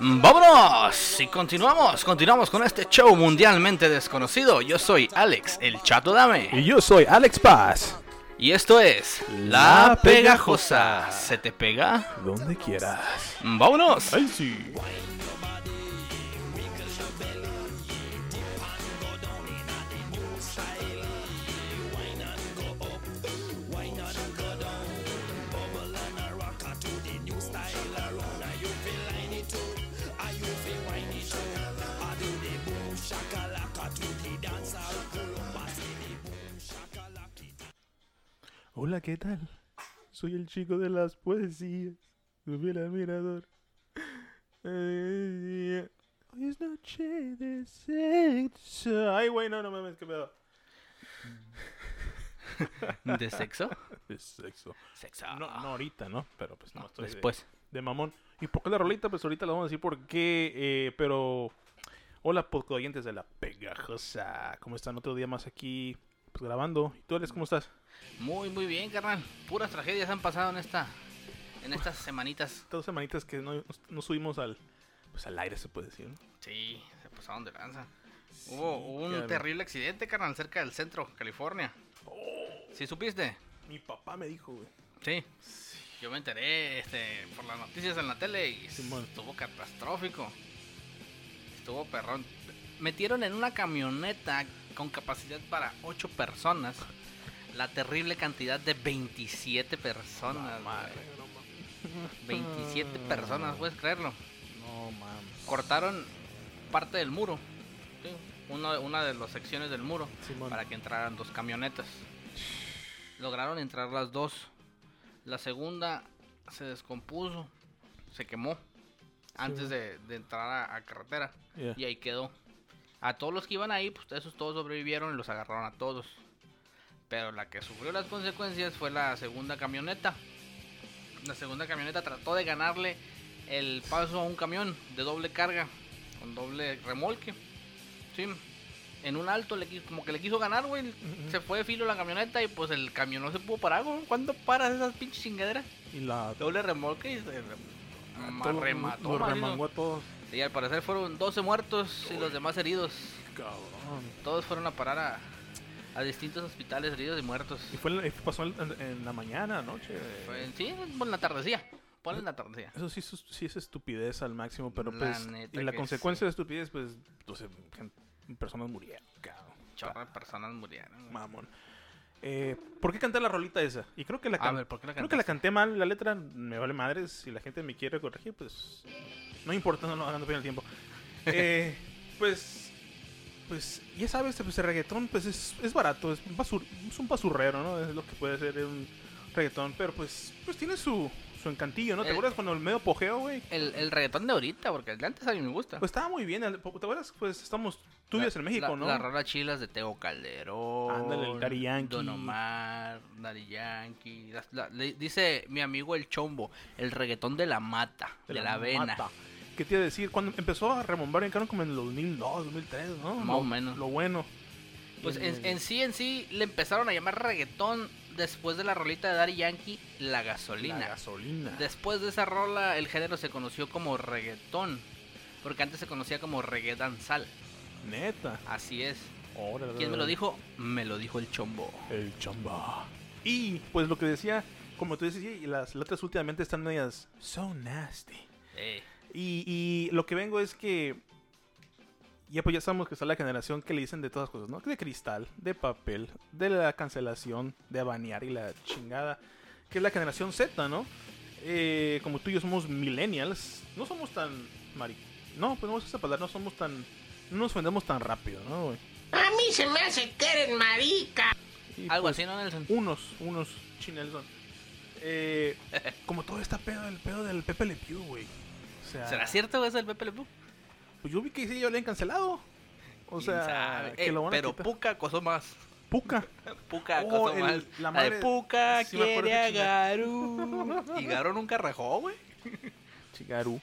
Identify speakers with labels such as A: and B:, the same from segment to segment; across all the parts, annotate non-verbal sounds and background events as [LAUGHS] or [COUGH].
A: Mm, Vámonos y continuamos, continuamos con este show mundialmente desconocido. Yo soy Alex, el Chato Dame.
B: Y yo soy Alex Paz.
A: Y esto es La Pegajosa. ¿Se te pega? Mm,
B: Donde quieras.
A: Vámonos.
B: Ay, sí. Hola, ¿qué tal? Soy el chico de las poesías. Subí el mirador. Hoy es noche de sexo. Ay, güey, no, no mames, qué pedo.
A: ¿De sexo?
B: Es sexo.
A: Sexo.
B: No, no ahorita, ¿no? Pero pues no,
A: No,
B: estoy de-
A: después.
B: de mamón. ¿Y por qué la rolita? Pues ahorita la vamos a decir por qué, eh, pero... Hola, podcoyentes de La Pegajosa. ¿Cómo están? Otro día más aquí, pues grabando. ¿Y tú, Alex, cómo estás?
A: Muy, muy bien, carnal. Puras tragedias han pasado en esta, en estas semanitas.
B: Estas dos semanitas que no, no subimos al... Pues al aire, se puede decir, ¿no?
A: Sí, se pasaron de lanza. Hubo hubo un
B: claro.
A: terrible accidente, carnal, cerca del centro, California.
B: Oh.
A: ¿Sí supiste?
B: Mi papá me dijo, güey.
A: Sí. Yo me enteré este, por las noticias en la tele y
B: Simón.
A: estuvo catastrófico. Estuvo perrón. Metieron en una camioneta con capacidad para 8 personas la terrible cantidad de 27 personas. güey. 27 personas, puedes creerlo.
B: No mames.
A: Cortaron parte del muro. sí, Una, una de las secciones del muro
B: Simón.
A: para que entraran dos camionetas. Lograron entrar las dos. La segunda se descompuso, se quemó antes de, de entrar a, a carretera
B: Yeah.
A: y ahí quedó. A todos los que iban ahí, pues esos todos sobrevivieron y los agarraron a todos. Pero la que sufrió las consecuencias fue la segunda camioneta. La segunda camioneta trató de ganarle el paso a un camión de doble carga, con doble remolque. Sí. En un alto, le, qui- como que le quiso ganar, güey. Se fue de filo la camioneta y pues el camión no se pudo parar, güey. ¿Cuándo paras esas pinches chingaderas?
B: Y la...
A: Doble remolque y se ma-
B: todo-
A: remató.
B: Lo
A: marido.
B: remangó a todos.
A: Y al parecer fueron 12 muertos y los demás heridos.
B: Cabrón.
A: Todos fueron a parar a, a distintos hospitales heridos y muertos.
B: Y fue, en la- pasó en, en la mañana, anoche.
A: Fue- sí, en la tardecía. Ponle en la tardecía.
B: Eso sí, es- sí es estupidez al máximo, pero
A: La
B: pues...
A: neta
B: y la
A: que
B: consecuencia de estupidez, pues... 12 gen- personas murieron, cabrón.
A: Chorro de personas murieron. güey.
B: Mamón. Eh, ¿Por qué canté la rolita esa? Y creo que la,
A: A
B: can-
A: ver, ¿por qué la
B: creo que la
A: cantaste?
B: canté mal, la letra me vale madres. Si la gente me quiere corregir, pues no importa, no lo hagan bien
A: [LAUGHS]
B: el tiempo. Eh, pues, pues ya sabes, pues el reggaetón pues es, es barato, es, un basur- es un basurrero, ¿no? Es lo que puede ser un reggaetón, pero pues, pues tiene su, su encantillo, ¿no? ¿Te
A: El-
B: acuerdas cuando el medio pojeo, güey?
A: El, el reggaetón de ahorita, porque el de antes a mí me gusta.
B: Pues estaba muy bien, el- ¿te acuerdas? Pues estamos, tú vives
A: ah. La-
B: en México,
A: la-
B: ¿no?
A: Las rolas chilas de Teo Calderón.
B: Ándale, el Daddy Yankee.
A: Don Omar, Daddy Yankee. las- la- le- dice mi amigo el Chombo, el reggaetón de la mata, de, la, avena.
B: mata. ¿Qué te iba a decir? Cuando empezó a remombar en como en el 2002, 2003, ¿no?
A: Más
B: Lo-
A: o menos.
B: Lo bueno.
A: Pues
B: Y
A: en,
B: el-
A: en sí, en sí, le empezaron a llamar reggaetón después de la rolita de Daddy Yankee, La Gasolina.
B: La gasolina.
A: Después de esa rola, el género se conoció como reggaetón. Porque antes se conocía como reggae danzal.
B: Neta.
A: Así es.
B: Órale.
A: ¿Quién me lo dijo? Me lo dijo el chombo.
B: El chamba. Y pues lo que decía, como tú decías, y las letras últimamente están medias so nasty.
A: Eh,
B: Y, y lo que vengo es que. Ya pues ya sabemos que está la generación que le dicen de todas las cosas, ¿no? De cristal, de papel, de la cancelación, de banear y la chingada. Que es la generación Z, ¿no? Eh, como tú y yo somos millennials, no somos tan mari... No, pues no vamos a esa palabra, no somos tan... No nos ofendemos tan rápido, ¿no, güey?
C: A mí se me hace que eres marica.
B: Y,
A: algo
B: pues,
A: así, ¿no, Nelson?
B: Unos, unos chinelson.
A: [LAUGHS]
B: Eh, como todo este pedo, el pedo del Pepe Le Pew, güey. O sea,
A: ¿Será cierto eso del Pepe Le Pew?
B: Pues yo vi que sí, ya lo han cancelado. O
A: ¿Quién
B: sea,
A: sabe?
B: que
A: Eh,
B: lo van a
A: pero
B: quitar.
A: Puca acosó más.
B: Puca.
A: Puca
B: Oh,
A: acosó
B: el-
A: más.
B: la
A: La,
B: madre-
A: de Puca
B: sí me acuerdo
A: quiere a
B: que chingada.
A: Garú.
B: [LAUGHS]
A: Y Garú nunca rajó, güey.
B: Chigaru.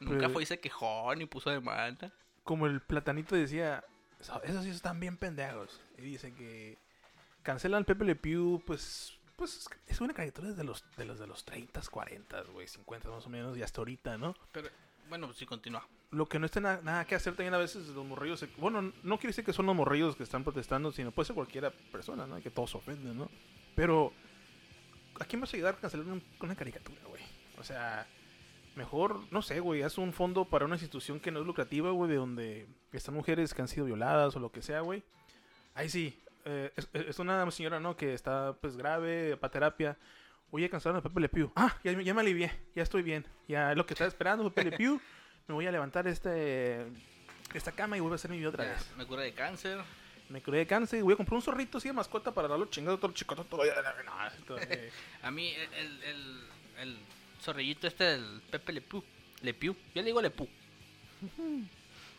A: Nunca
B: Pero-
A: fue y se quejó ni puso demanda.
B: Como el platanito decía, "So- esos sí están bien pendejos. Y dicen que cancelan Pepe Le Pew, pues... Pues es una caricatura de los de los de los 30, 40, güey, 50 más o menos, y hasta ahorita, ¿no?
A: Pero Bueno, pues sí, continúa.
B: Lo que no está na- nada que hacer también a veces los morrillos. se- Bueno, no quiere decir que son los morrillos que están protestando, sino puede ser cualquiera persona, ¿no? Que todos se ofenden, ¿no? Pero, ¿a quién vas a ayudar a cancelar un- una caricatura, güey? O sea, mejor, no sé, güey, haz un fondo para una institución que no es lucrativa, güey, de donde están mujeres que han sido violadas o lo que sea, güey. Ahí sí, eh, es, es una señora, ¿no? Que está, pues, grave, para terapia. Oye, cancelaron a Pepe Le Pew. Ah, ya, me- ya me alivié, ya estoy bien. Ya es lo que estaba esperando, Pepe Le Pew. Me voy a levantar este, esta cama y vuelvo a hacer mi vida otra
A: Ya,
B: vez.
A: me cura de cáncer.
B: Me curé de cáncer y voy a comprar un zorrito así de mascota para darlo chingado todo el chicote. Todo, no,
A: [LAUGHS]
B: esto, eh,
A: A mí, el, el, el, el zorrillito este del Pepe Le Pew. Le Pew. Yo le digo Le Pew.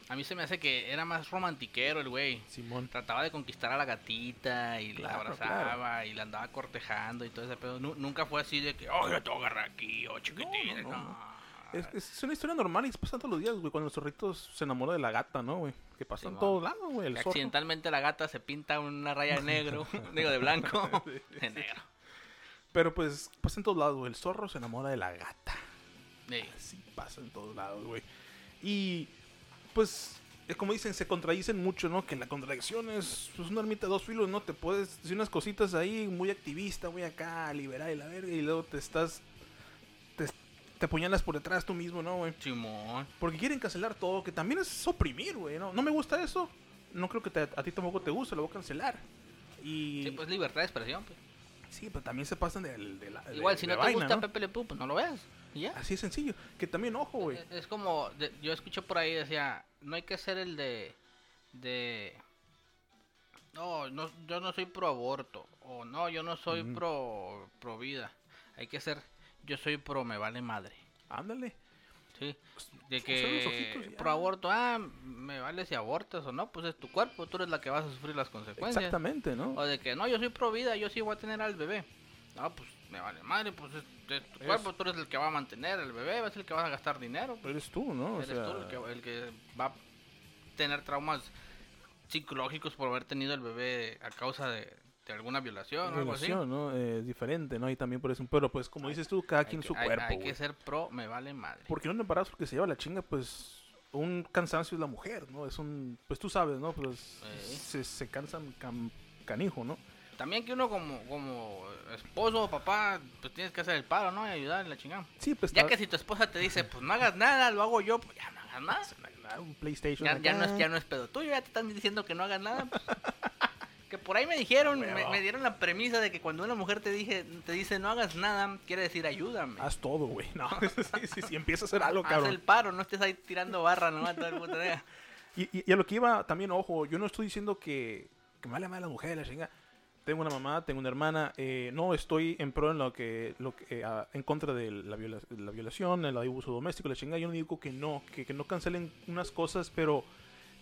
A: A mí se me hace que era más romantiquero el güey.
B: Simón.
A: Trataba de conquistar a la gatita y la
B: Claro,
A: abrazaba y la andaba cortejando y todo ese pedo. Nu- nunca fue así de que, oh, yo te voy a agarrar aquí, oh, chiquitín.
B: no,
A: no.
B: no. Es, es una historia normal y pasa todos los días, güey. Cuando los zorritos se enamora de la gata, ¿no, güey? Que pasa en
A: Simón.
B: todos lados, güey. El
A: Que
B: zorro.
A: accidentalmente la gata se pinta una raya de negro, [LAUGHS] digo de blanco,
B: [LAUGHS]
A: de negro.
B: Pero pues pasa en todos lados, güey. El zorro se enamora de la gata.
A: Sí.
B: Así pasa en todos lados, güey. Y pues, es como dicen, se contradicen mucho, ¿no? Que la contradicción es pues, una ermita de dos filos, ¿no? Te puedes decir unas cositas ahí muy activista, güey, acá, liberar y la verga. Y luego te estás. Te, te apuñalas por detrás tú mismo, ¿no, güey?
A: Simón.
B: Porque quieren cancelar todo, que también es oprimir, güey. No, no me gusta eso. No creo que te- a ti tampoco te guste, lo voy a cancelar. Y
A: Sí, pues libertad de expresión. pues.
B: sí, pero también se pasan de, de la. de-
A: Igual, si
B: de
A: no te
B: vaina,
A: gusta
B: ¿no?
A: Pepe Le Pew, pues no lo veas. Y ya.
B: Así es sencillo. Que también, ojo, güey.
A: Es- Es como, de- yo escuché por ahí, decía, no hay que ser el de, de, no, no, yo no soy pro aborto, o no, yo no soy
B: Ujú.
A: pro, pro vida, hay que ser, yo soy pro me vale madre,
B: Ándale.
A: ¿sí? De
B: cierra Pues, los ojitos
A: que
B: y ya.
A: pro aborto, ah, me vale si abortas o no, pues es tu cuerpo, tú eres la que vas a sufrir las consecuencias.
B: Exactamente, ¿no?
A: O de que, no, yo soy pro vida, yo sí voy a tener al bebé. No, pues me vale madre, pues es, es tu
B: Es-
A: cuerpo, tú eres el que va a mantener al bebé, vas el que vas a gastar dinero. pues.
B: Eres tú, ¿no? O
A: Eres
B: sea,
A: tú el que, el que va a tener traumas psicológicos por haber tenido el bebé a causa de, de alguna violación o algo así.
B: relación, ¿no? Eh, diferente, ¿no? Y también por eso, pero pues como dices tú, cada quien
A: que-
B: su
A: hay-
B: cuerpo.
A: hay
B: güey.
A: que ser pro, me vale madre.
B: Porque un embarazo que se lleva la chinga, pues un cansancio es la mujer, ¿no? Es un, pues tú sabes, ¿no? Pues
A: Sí.
B: se, se cansan cam- canijo, ¿no?
A: También que uno como, como esposo o papá, pues tienes que hacer el paro, ¿no? Y ayudar en la chingada.
B: Sí, pues
A: Ya
B: está-
A: que si tu esposa te dice, pues no hagas nada, lo hago yo, pues ya no hagas nada.
B: ah, un PlayStation.
A: Ya, ya no es,
B: acá.
A: ya no es pedo tuyo, ya te están diciendo que no hagas
B: [LAUGHS]
A: nada. pues. que por ahí me dijeron, me,
B: Huevo.
A: me dieron la premisa de que cuando una mujer te, dije, te dice no hagas nada, quiere decir ayúdame.
B: Haz todo, güey. No, [LAUGHS] sí, sí, sí, empieza a hacer algo,
A: Haz
B: cabrón.
A: el paro, no estés ahí tirando barra nomás todo el puto día.
B: [LAUGHS] Y, y- y a lo que iba, también, ojo, yo no estoy diciendo que, que me vale madre la mujer, la chinga. Tengo una mamá, tengo una hermana, eh, no estoy en pro en lo que, lo que, eh, ah, en contra de la, viola- la violación, el abuso doméstico, la chinga. Yo no digo que no, que, que no cancelen unas cosas, pero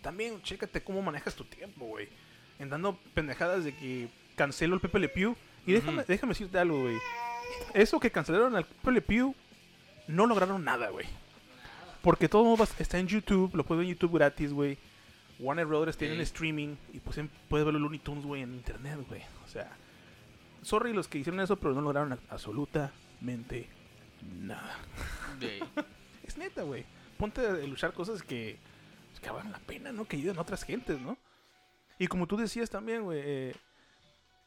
B: también chécate cómo manejas tu tiempo, güey. Andando pendejadas de que cancelo el Pepe Le Pew. Y déjame,
A: Ujú.
B: déjame decirte algo, güey. Eso que cancelaron al Pepe Le Pew, no lograron nada, güey. Porque todo va- está en YouTube, lo puedes ver en YouTube gratis, güey. Warner Brothers tiene
A: Sí.
B: el streaming y pues en- puedes ver los Looney Tunes, güey, en internet, güey. O sea, sorry los que hicieron eso, pero no lograron a- absolutamente nada.
A: Sí.
B: Es neta, güey. Ponte a luchar cosas que, pues, que valen la pena, ¿no? Que ayuden a otras gentes, ¿no? Y como tú decías también, güey, eh,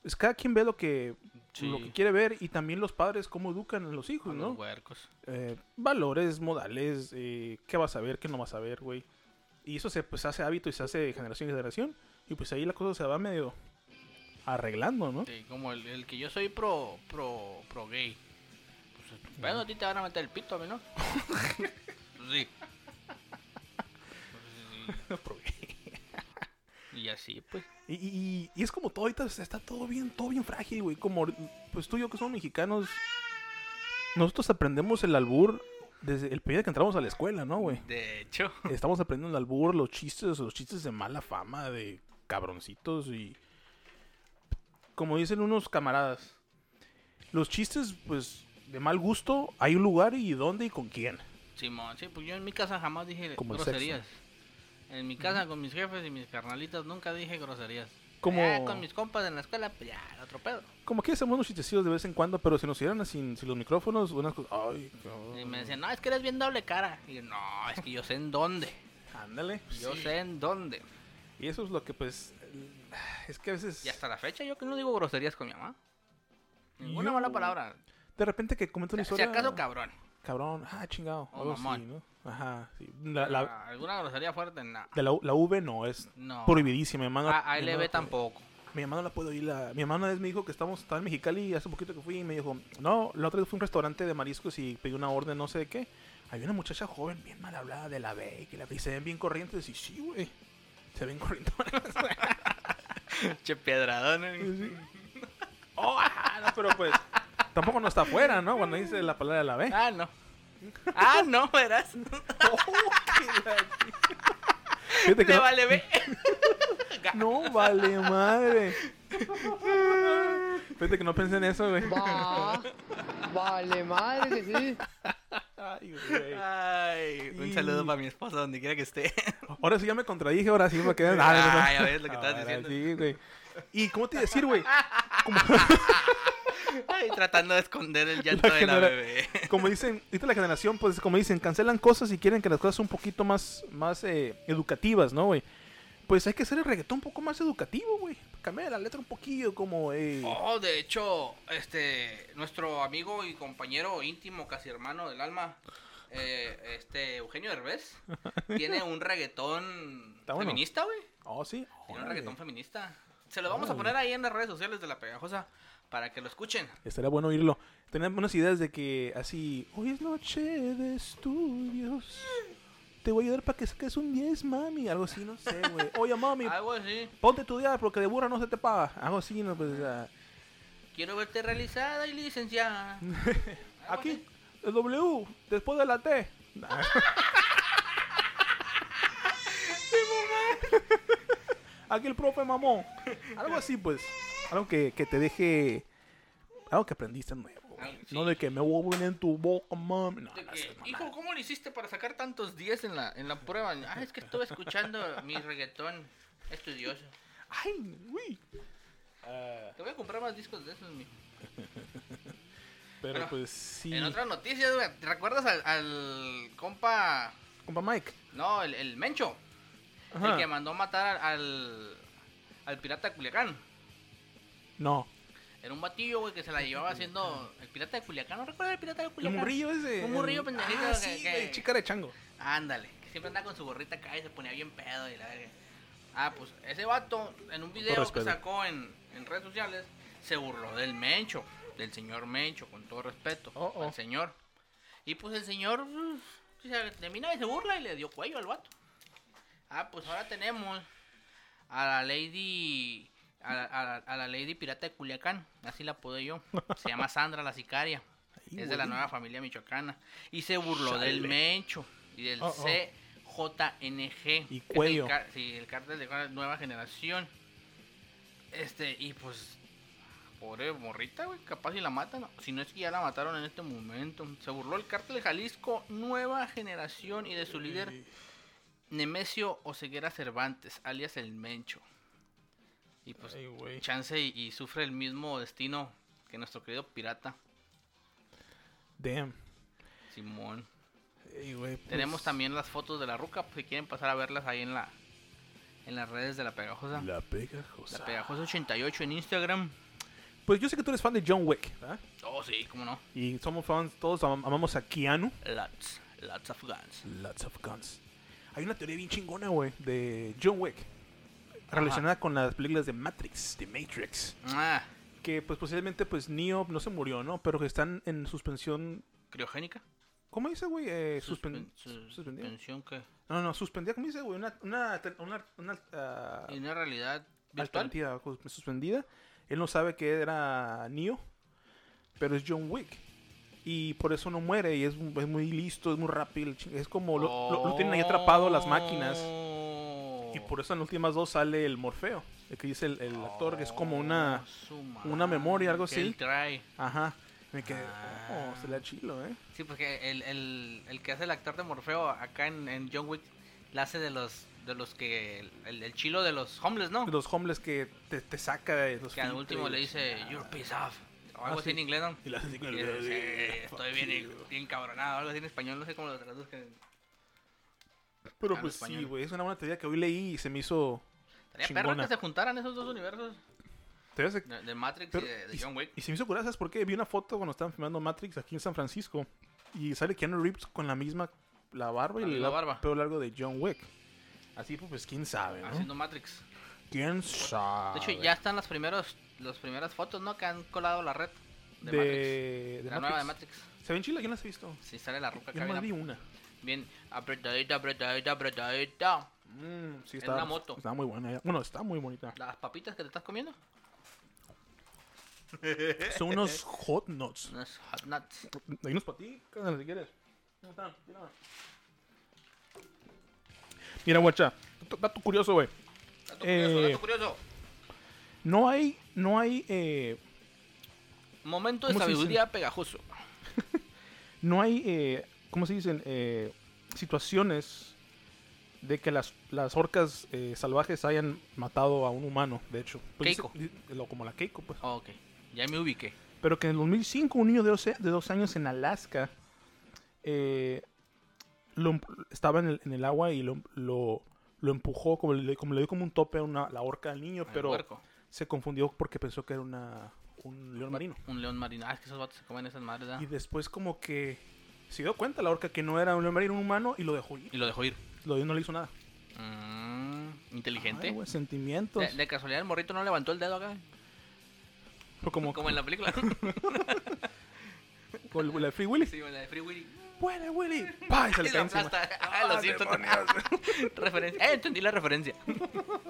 B: es cada quien ve lo que,
A: Sí. Ah,
B: lo que quiere ver y también los padres cómo educan a los
A: A
B: hijos,
A: los
B: ¿no?
A: huercos.
B: eh, valores, modales, eh, qué vas a ver, qué no vas a ver, güey. Y eso se pues, hace hábito y se hace de generación en generación. Y pues ahí la cosa se va medio arreglando, ¿no?
A: Sí, como el, el que yo soy pro pro pro gay. Pues bueno, a ti te van a meter el pito a
B: [LAUGHS]
A: mí, ¿no? Pues sí. Pues,
B: [LAUGHS]
A: sí. Y así, pues.
B: y, y- y es como todo ahorita se- está todo bien, todo bien frágil, güey. Como pues tú y yo que somos mexicanos, nosotros aprendemos el albur desde el periodo que entramos a la escuela,
A: [LAUGHS]
B: ¿no, güey?
A: De hecho.
B: Estamos aprendiendo el albur, los chistes, los chistes de mala fama, de cabroncitos y... Como dicen unos camaradas, los chistes, pues, de mal gusto, hay un lugar y dónde y con quién.
A: Simón, sí, pues yo en mi casa jamás dije
B: Como el sexo.
A: groserías. En mi casa con mis jefes y mis carnalitas nunca dije groserías.
B: Como,
A: Ya con mis compas en la escuela, pues ya, era otro pedo.
B: como que hacemos unos chistecillos de vez en cuando, pero si nos hicieran sin, sin los micrófonos, unas cosas. Ay, cabrón.
A: Y me decían, no, es que eres bien doble cara. Y yo, no, es que yo sé en dónde.
B: Ándale.
A: Yo
B: Sí.
A: sé en dónde.
B: Y eso es lo que, pues. Es que a veces.
A: Y hasta la fecha yo que no digo groserías con mi mamá. Ninguna
B: Yo-
A: mala palabra.
B: De repente que comento una
A: Si
B: historia.
A: acaso cabrón.
B: cabrón, ah, chingado.
A: O
B: algo así,
A: mamón.
B: ¿no? Ajá. sí. La, la-
A: Ah, ¿Alguna grosería fuerte? No.
B: de la, U- la V no, es
A: No. Ah,
B: prohibidísima. Mi hermana,
A: A,
B: mi
A: ALB
B: hermana- [LAUGHS]
A: tampoco.
B: Mi hermano la puedo ir. La... Mi hermano una vez me dijo que estamos estaba en Mexicali hace poquito que fui y me dijo, no, la otra vez fue a un restaurante de mariscos y pedí una orden, no sé de qué. Había una muchacha joven, bien mal hablada de la B, y que la y se ven bien corrientes. Y sí, güey, se ven corrientes. [LAUGHS]
A: Che piedradón.
B: oh, ah, no, pero pues tampoco no está afuera, ¿no? Cuando dice la palabra de la B.
A: Ah, no. Ah, no, verás.
B: Oh, qué la- Fíjate que
A: Le
B: no,
A: vale ve.
B: no vale madre. Fíjate que no pensé en eso, güey.
D: Va, vale, madre, que sí.
B: Ay, güey.
A: Ay, un
B: Y-
A: saludo para mi esposa donde quiera que esté. [LAUGHS]
B: Ahora sí ya me contradije, ahora sí me quedé. en
A: Ay, Ah, ya ves lo que estabas diciendo.
B: Sí, güey. ¿Y cómo te iba a decir, güey? Como, [LAUGHS]
A: Ay, tratando de esconder el llanto
B: La
A: de la
B: genera-
A: bebé.
B: como dicen, ahorita la generación, pues como dicen, cancelan cosas y quieren que las cosas sean un poquito más, más eh, educativas, ¿no, güey? Pues hay que hacer el reggaetón un poco más educativo, güey. Cambiar la letra un poquillo, como, eh.
A: Oh, de hecho, este, nuestro amigo y compañero íntimo, casi hermano del alma, eh, este, Eugenio
B: [LAUGHS]
A: Herbés, tiene un reggaetón
B: Está bueno.
A: feminista, güey.
B: Oh, sí.
A: Tiene un
B: órale.
A: reggaetón feminista. Se lo vamos a
B: Órale.
A: poner ahí en las redes sociales de La Pegajosa para que lo escuchen.
B: Estaría bueno oírlo. Tenía unas ideas de que así, hoy es noche de estudios. Te voy a ayudar para que saques un 10, mami. Algo así, no sé, güey.
A: [LAUGHS]
B: Oye, mami,
A: Algo así.
B: Ponte a estudiar porque de burra no se te paga. Algo así, no, pues. ah,
A: Quiero verte realizada y licenciada. Algo
B: aquí,
A: así.
B: el W, después de la T. [LAUGHS] Nah. aquí el profe mamón. Algo así, pues. Algo que, que te deje. Algo que aprendiste nuevo. güey.
A: Algo, Ah, sí.
B: No de que me voy a poner en tu boca, mami. No,
A: De
B: no
A: que,
B: seas Ah, mamá.
A: Hijo, ¿cómo le hiciste para sacar tantos 10 en la, en la prueba? Ah, es que estuve escuchando mi reggaetón estudioso.
B: Ay, uy. Ah,
A: Te voy a comprar más discos de esos, mijo.
B: pero
A: Bueno,
B: pues sí.
A: En otras noticias, güey, ¿te recuerdas al, al compa?
B: Compa Mike.
A: No, el, el Mencho.
B: Ajá.
A: El que mandó matar al, al pirata de Culiacán.
B: No.
A: Era un batillo, güey, que se la llevaba haciendo el pirata de Culiacán. ¿No recuerdas el pirata de
B: El
A: Culiacán?
B: murrillo ese.
A: Un murrillo
B: el-
A: pendejito
B: Ah,
A: que-
B: sí,
A: que-
B: güey, chica de chango.
A: Ándale, que siempre andaba con su gorrita acá y se ponía bien pedo y la verga. Ah, pues ese vato, en un video que
B: respeto.
A: sacó en, en redes sociales, se burló del Mencho, del señor Mencho, con todo respeto,
B: Oh, oh.
A: al señor. Y pues el señor mm, o sea, de mí nadie se burla y le dio cuello al vato. Ah, pues ahora tenemos a la Lady. A, la- a la- a la Lady Pirata de Culiacán, así la pude yo. Se llama Sandra la Sicaria.
B: Ay,
A: es de la
B: güey.
A: nueva familia michoacana. Y se burló
B: Chale.
A: del Mencho y del
B: Oh, oh.
A: CJNG.
B: Y
A: que es
B: cuello.
A: El car- sí, el cártel de la nueva generación. Este, y pues. Pobre morrita, güey. Capaz si la matan. Si no es que ya la mataron en este momento. Se burló el cártel de Jalisco, nueva generación y de su líder. Nemesio Oseguera Cervantes, alias el Mencho. Y pues
B: Ay, güey.
A: chance y, y sufre el mismo destino que nuestro querido pirata
B: Damn.
A: Simón.
B: Ey, güey, pues,
A: Tenemos también las fotos de la ruca, pues, si quieren pasar a verlas ahí en la en las redes de la Pegajosa. La,
B: La pegajosa.
A: Pegajosa 88 en Instagram.
B: Pues yo sé que tú eres fan de John Wick, ¿verdad?
A: Oh, sí, cómo no.
B: Y somos fans, todos am- amamos a Keanu.
A: Lots, lots of guns.
B: Lots of guns. Hay una teoría bien chingona, güey, de John Wick. Relacionada con las películas de Matrix, de Matrix.
A: Ah,
B: Que pues posiblemente, pues Neo no se murió, ¿no? Pero que están en suspensión.
A: criogénica.
B: ¿Cómo dice, güey? Eh,
A: Suspen-
B: suspen-
A: su-
B: suspendida.
A: suspensión que
B: No, no, suspendida, ¿cómo dice, güey? Una. Una. una, una, ah,
A: en una realidad virtual.
B: alternativa, pues, suspendida. Él no sabe que era Neo, pero es John Wick. Y por eso no muere, y es, mu- es muy listo, es muy rápido. el ching- Es como lo, lo- lo tienen
A: Oh.
B: ahí atrapado las máquinas. Y por eso en las últimas dos sale el Morfeo, el que dice el, el actor, que es como una...
A: Oh,
B: una memoria, algo así.
A: Él trae.
B: Ajá. Me quedé,
A: Ah.
B: oh, se le da chilo, ¿eh?
A: Sí, porque el, el, el que hace el actor de Morfeo acá en, en John Wick la hace de los de los que. El, el chilo de los homeless, ¿no?
B: Los homeless que te, te saca de los
A: que al
B: filtros.
A: último le dice, Your piece off. O algo
B: Ah,
A: así
B: sí.
A: en inglés, ¿no?
B: Y le hace así con
A: Y dice,
B: el
A: [LAUGHS]
B: dedo,
A: "Sí,
B: así,
A: estoy
B: fuck
A: bien,
B: you.
A: bien cabronado. Algo así en español, no sé cómo lo traduzcan.
B: Pero
A: al
B: pues sí,
A: español.
B: güey. Es una buena teoría que hoy leí y se me hizo.
A: Estaría
B: Chingona.
A: perro que se juntaran esos dos universos
B: te hace-
A: de, de Matrix
B: Pero-
A: y de, de
B: y-
A: John Wick.
B: Y se me hizo curioso, ¿sabes por qué? Vi una foto cuando estaban filmando Matrix aquí en San Francisco. Y sale Keanu Reeves con la misma. La barba y
A: La
B: el
A: misma barba.
B: pelo largo de John Wick. Así pues, quién sabe, ¿no? Ah,
A: Haciendo Matrix.
B: ¿Quién sabe?
A: De hecho, ya están las primeros, las primeras fotos, ¿no? Que han colado la red de,
B: De,
A: Matrix.
B: de Matrix.
A: la nueva de Matrix.
B: ¿Se ven chilas? ¿Quién las he visto?
A: Sí, sale la roca
B: Yo
A: acá
B: nomás vi
A: bien,
B: una.
A: bien apretadita, apretadita, apretadita.
B: Mm, sí,
A: En
B: está,
A: una moto.
B: Está muy buena. ya. Bueno, está
A: [LAUGHS]
B: muy bonita.
A: Las papitas que te estás comiendo.
B: Son unos hot nuts.
A: Unas hot nuts.
B: Hay unos para ti, carnal, si quieres. ¿Cómo están? Mira. Mira, guacha. dato- Dato curioso, güey.
A: Dato curioso,
B: Eh.
A: dato curioso.
B: No hay, no hay, eh,
A: Momento de
B: ¿Cómo se dice?
A: sabiduría pegajoso.
B: no hay, eh, ¿cómo se dicen? Eh, situaciones de que las, las orcas eh, salvajes hayan matado a un humano, de hecho. Pues
A: Keiko.
B: dice- di- lo- como la Keiko, pues.
A: Ah, ok, ya me ubiqué.
B: Pero que en el 2005 un niño de 12, de 12 años en Alaska eh, lo emp- estaba en el, en el agua y lo, lo- lo empujó, como le, como le dio como un tope a una, la orca al niño,
A: Al
B: pero
A: puerco.
B: se confundió porque pensó que era una, un león marino.
A: Un león marino. Ah, es que esos vatos se comen esas madres, ¿verdad?
B: Y después como que se dio cuenta la orca que no era un león marino, un humano, y lo dejó ir.
A: Y lo dejó ir.
B: Lo dio, no le hizo nada.
A: Mm, inteligente.
B: Ay, güey, sentimientos.
A: de, de casualidad el morrito no levantó el dedo acá.
B: Pero como,
A: Como en la
B: [LAUGHS]
A: película. [LAUGHS]
B: con el- la Free Willy.
A: sí, en la de Free Willy.
B: ¡Buena, Willy! ¡Pah! Y
A: [LAUGHS]
B: se le
A: Y
B: cae
A: lo
B: encima.
A: aplasta. Ah, lo
B: ¡Ah,
A: siento.
B: demonios!
A: [LAUGHS] referencia. Eh, entendí la referencia.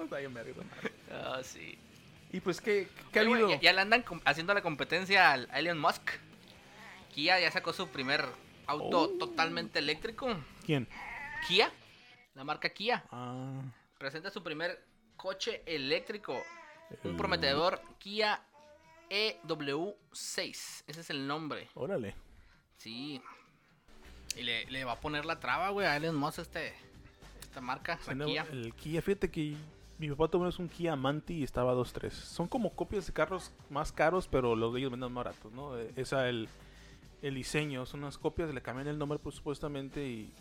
B: Está bien, verga, esa madre.
A: Ah, sí.
B: Y pues, ¿qué, qué ha
A: Oye, güey,
B: habido?
A: Ya, ya le andan com- haciendo la competencia al Elon Musk. Kia ya sacó su primer auto
B: Oh.
A: totalmente eléctrico.
B: ¿Quién?
A: Kia, la marca Kia,
B: Ah,
A: presenta su primer coche eléctrico. Un
B: Eh.
A: prometedor Kia EW6. Ese es el nombre.
B: órale.
A: Sí. Y le, le va a poner la traba, güey, a Elon Musk este, esta marca, la
B: Bueno,
A: Pues Kia.
B: Pues, El Kia, fíjate que mi papá tuvo una vez un Kia Manti y estaba a 2.3. Son como copias de carros más caros, pero los de ellos venden más baratos, ¿no? Eh, Esa, el, el diseño, son unas copias, le cambian el nombre, pues, supuestamente, y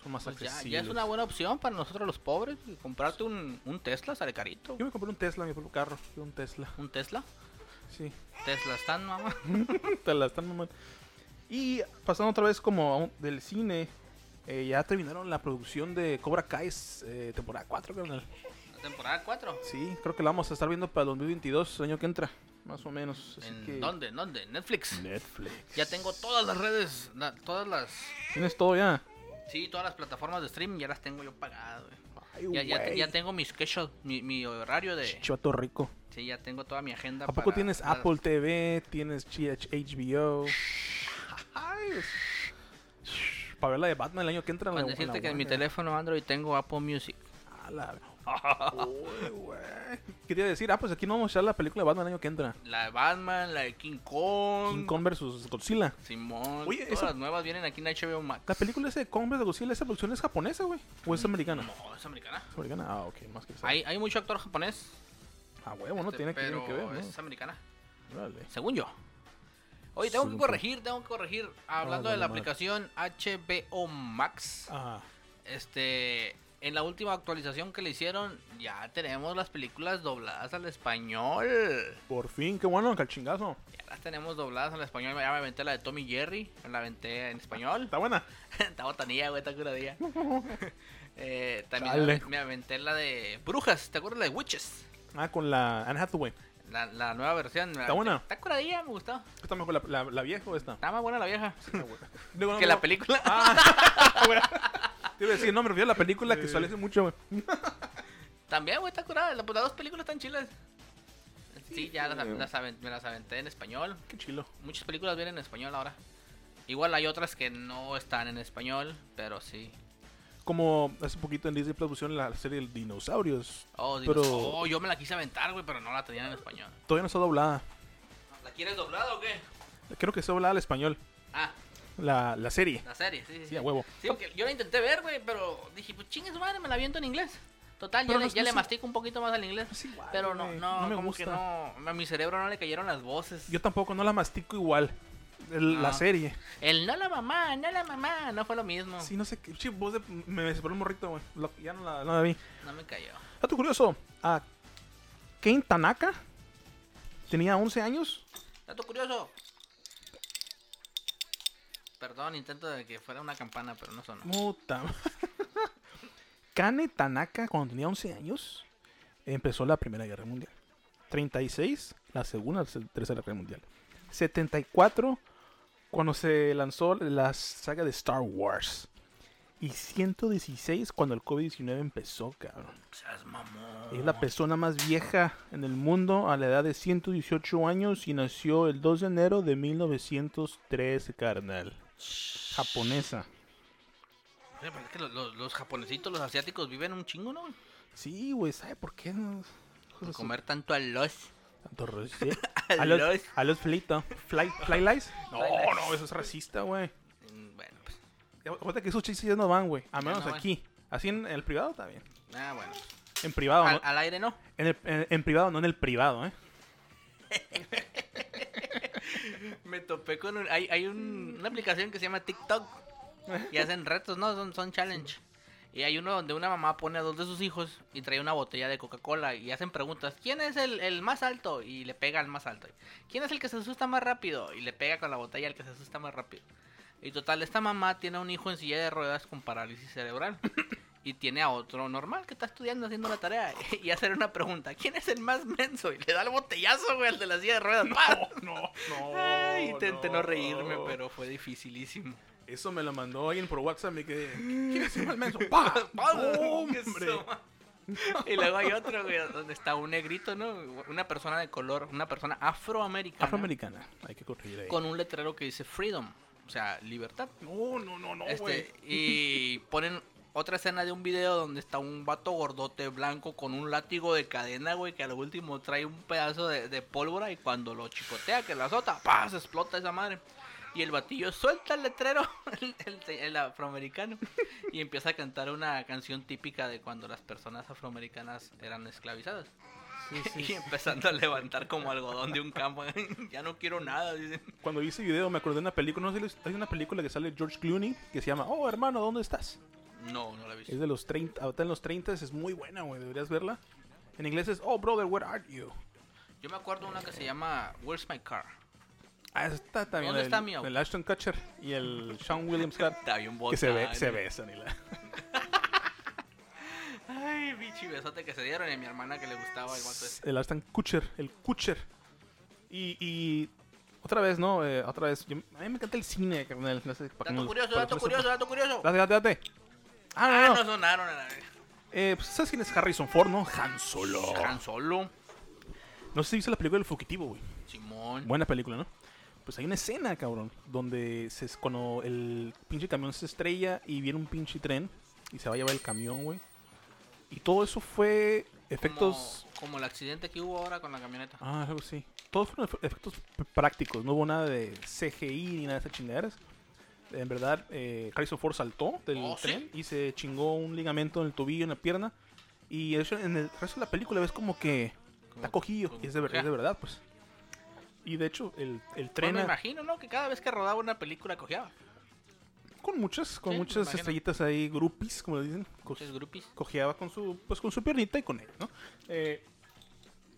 B: son más
A: Pues ya,
B: accesibles.
A: ya es una buena opción para nosotros los pobres. y Comprarte un, un Tesla sale carito.
B: Yo me compré un Tesla, mi propio carro, fue un Tesla, [LAUGHS]
A: ¿Un Tesla?
B: sí. [LAUGHS]
A: Tesla están, mamá.
B: Te la están mamando. Y pasando otra vez como a un- del cine, eh, ya terminaron la producción de Cobra Kai, eh, temporada 4, carnal.
A: La temporada 4.
B: Sí, creo que la vamos a estar viendo para el 2022, año que entra, más o menos. así
A: ¿En
B: que-
A: dónde? ¿En dónde? ¿En Netflix.
B: Netflix.
A: Ya tengo todas las redes, la- todas las.
B: Tienes todo ya.
A: Sí, todas las plataformas de streaming ya las tengo yo pagadas, güey.
B: Ay,
A: Ya, ya,
B: güey.
A: ya tengo mi schedule, mi, mi horario de.
B: Chivato rico.
A: Sí, ya tengo toda mi agenda.
B: ¿A poco
A: para-
B: tienes
A: para-
B: Apple TV? ¿Tienes GH HBO? Ay, es- Para ver la de Batman el año que entra. la-
A: Con
B: la
A: decirte que en mi
B: buena.
A: teléfono Android tengo Apple Music.
B: A la- Uy, güey. ¿Qué te iba a decir? Ah, pues aquí no vamos a echar la película de Batman el año que entra.
A: La de Batman, la de King Kong.
B: King Kong versus Godzilla.
A: Simón.
B: Oye,
A: todas
B: esa-
A: las nuevas vienen aquí en HBO Max.
B: La película esa de Kong versus Godzilla, esa producción es japonesa, güey. ¿O es americana?
A: No, es americana.
B: ¿Es americana? Ah, ok, más que saber.
A: Hay, hay mucho actor japonés.
B: Ah, huevo, no
A: este,
B: tiene, que- tiene
A: pero
B: que ver, ¿no?
A: Es americana.
B: Órale.
A: Según yo. Oye, tengo que
B: Según tú.
A: corregir, tengo que corregir. Hablando de
B: vale
A: la
B: madre.
A: aplicación HBO Max,
B: Ah,
A: este, en la última actualización que le hicieron, ya tenemos las películas dobladas al español.
B: por fin, qué bueno, calchingazo.
A: Ya las tenemos dobladas al español. Ya me aventé la de Tommy Jerry, me la aventé en español. [LAUGHS]
B: Está buena.
A: Está botanilla, güey, está curadilla. [LAUGHS] Eh, también
B: Chale.
A: me- me aventé la de Brujas, ¿te acuerdas la de Witches?
B: Ah, con la Anne Hathaway.
A: La, la nueva versión.
B: Está buena.
A: Está curadilla, me gustó.
B: ¿Está mejor la, la, la vieja o esta?
A: Está más buena la vieja
B: Digo, [LAUGHS] no,
A: que
B: no,
A: la
B: no.
A: película. [LAUGHS]
B: [LAUGHS] Te iba a decir, no, me refiero a la película que sale hace mucho, güey.
A: También, güey, está curada. La- pues, las dos películas están chilas. Sí, ya las, las aven- me las aventé en español.
B: Qué chilo.
A: Muchas películas vienen en español ahora. Igual hay otras que no están en español, pero sí.
B: Como hace poquito en Disney Plus pusieron la serie de Dinosaurios.
A: Oh, digo,
B: Pero-
A: oh, yo me la quise aventar, güey, pero no la tenían en español.
B: Todavía no está doblada.
A: ¿La quieres doblada o qué?
B: Creo que está doblada al español.
A: Ah,
B: La, la serie.
A: la serie, sí, sí.
B: Sí,
A: sí.
B: a huevo.
A: Sí, porque yo la intenté ver, güey, pero dije, pues chingue su madre, me la aviento en inglés. Total, ya,
B: Pero
A: le,
B: no es-
A: ya
B: no
A: le
B: sé.
A: mastico un poquito más al inglés.
B: Es Pues igual,
A: Pero no,
B: güey,
A: no,
B: no me
A: como que no. A mi cerebro no le cayeron las voces.
B: Yo tampoco, no la mastico igual. El- La
A: Ah.
B: serie.
A: El no la mamá, no la mamá, no fue lo mismo.
B: Sí, no sé qué. Sí, voz de- me separó un morrito, güey. Lo- Ya no la, no la vi.
A: No me cayó.
B: Dato curioso. A Kane Tanaka tenía 11 años.
A: Dato curioso. Perdón, intento de que fuera una campana, pero no sonó.
B: Puta. ma- [LAUGHS] Kane Tanaka, cuando tenía 11 años, empezó la Primera Guerra Mundial. 36, la Segunda, la Tercera Guerra Mundial. 74, cuando se lanzó la saga de Star Wars. Y 116, cuando el COVID-19 empezó, cabrón.
A: Seas mamón.
B: Es la persona más vieja en el mundo a la edad de 118 años y nació el 2 de enero de 1913, carnal. Japonesa.
A: Oye, pero es que los, los- los japonesitos, los asiáticos viven un chingo, ¿no?
B: Sí, güey, ¿sabe por qué? No? Hijo de
A: Por
B: su-
A: comer tanto a los. [LAUGHS]
B: Tanto reci-
A: A
B: a los,
A: los-
B: a los flito. Fly, fly lies. No,
A: Fly lies.
B: no, eso es racista, güey.
A: Mm, Bueno, pues.
B: Acuérdate que esos chistes ya no van, güey. A
A: Ya
B: menos
A: no van.
B: aquí. Así en el privado también.
A: Ah, bueno.
B: En privado,
A: Al,
B: ¿no?
A: al aire no.
B: En, el- en- en privado, no en el privado, ¿eh?
A: Me topé con un. Hay, hay un- una aplicación que se llama TikTok. Y hacen retos, ¿no? Son, son challenge. Y hay uno donde una mamá pone a dos de sus hijos y trae una botella de Coca-Cola y hacen preguntas. ¿Quién es el, el más alto? Y le pega al más alto. ¿Quién es el que se asusta más rápido? Y le pega con la botella al que se asusta más rápido. Y total, esta mamá tiene a un hijo en silla de ruedas con parálisis cerebral. Y tiene a otro normal que está estudiando, haciendo la tarea. [LAUGHS] Y hacer una pregunta. ¿Quién es el más menso? Y le da el botellazo, güey, al de la silla de ruedas. ¡Pah!
B: No, no.
A: Ay, intenté Oh, no. reírme, pero fue [LAUGHS] dificilísimo.
B: Eso me lo mandó alguien por WhatsApp. Me quedé. ¿Quién es el menso?
A: [LAUGHS]
B: ¡Pa! ¡Hombre!
A: Y luego hay otro, güey, donde está un negrito, ¿no? Una persona de color, una persona afroamericana.
B: Afroamericana. Hay que corregir ahí.
A: Con un letrero que dice freedom, o sea, libertad.
B: No, no, no, no, güey.
A: este, y ponen otra escena de un video donde está un vato gordote blanco con un látigo de cadena, güey, que al último trae un pedazo de, de pólvora y cuando lo chicotea, que lo azota, ¡pah! Se explota esa madre. Y el batillo suelta el letrero, [LAUGHS] el, el- el afroamericano, y empieza a cantar una canción típica de cuando las personas afroamericanas eran esclavizadas.
B: Sí, sí,
A: [LAUGHS] y empezando a levantar como algodón de un campo, [LAUGHS] ya no quiero nada, dicen.
B: Cuando vi ese video me acordé de una película, no sé, si hay una película que sale George Clooney que se llama Oh hermano, ¿dónde estás?
A: No, no la he visto.
B: Es de los 30, ahorita en los 30 es muy buena, güey, deberías verla. En inglés es Oh brother, where are you?
A: Yo me acuerdo una que se llama Where's My Car?
B: Ah, esa está también
A: ¿Dónde
B: el,
A: está mi auto?
B: el Ashton Kutcher y el Sean
A: [LAUGHS]
B: William Scott
A: Está bien
B: que se ve,
A: botana.
B: se besan y la-
A: Ay, bichi besote que se dieron y mi hermana que le gustaba el vato ese.
B: el Ashton Kutcher, el Kutcher. Y, y otra vez, no, Eh, otra vez yo- a mí me encanta el cine, carnal, no sé para qué
A: Dato
B: no-
A: curioso,
B: para
A: dato
B: qué no
A: curioso,
B: sepa.
A: dato curioso.
B: Date, date, date. Ah, no,
A: Ah,
B: no.
A: no sonaron a la vez.
B: Eh, pues, ¿Sabes quién es Harrison Ford, no? Han Solo.
A: Han Solo,
B: No sé si viste la película del fugitivo, güey.
A: Simón.
B: Buena película, ¿no? Pues hay una escena, cabrón, donde se, es- cuando el pinche camión se estrella y viene un pinche tren y se va a llevar el camión, güey. Y todo eso fue efectos...
A: Como, como el accidente que hubo ahora con la camioneta.
B: Ah, algo así. Todos fueron efe- efectos p- prácticos, no hubo nada de CGI ni nada de esas chingaderas. En verdad, eh, Harrison Ford saltó del
A: Oh, ¿sí?
B: tren y se chingó un ligamento en el tobillo, en la pierna. Y de hecho, en el resto de la película ves como que
A: Como-
B: está cogido.
A: como-
B: Y es de, ver-
A: Ajá.
B: es de verdad, pues. Y de hecho, el, el
A: Pues
B: tren...
A: me
B: a-
A: imagino, ¿no? Que cada vez que rodaba una película cojeaba.
B: Pues, Con muchas, con
A: Sí, me
B: muchas
A: imagino.
B: estrellitas ahí, groupies, como le dicen. co-
A: Muchos groupies.
B: cojeaba con su, pues con su piernita y con él, ¿no? Eh,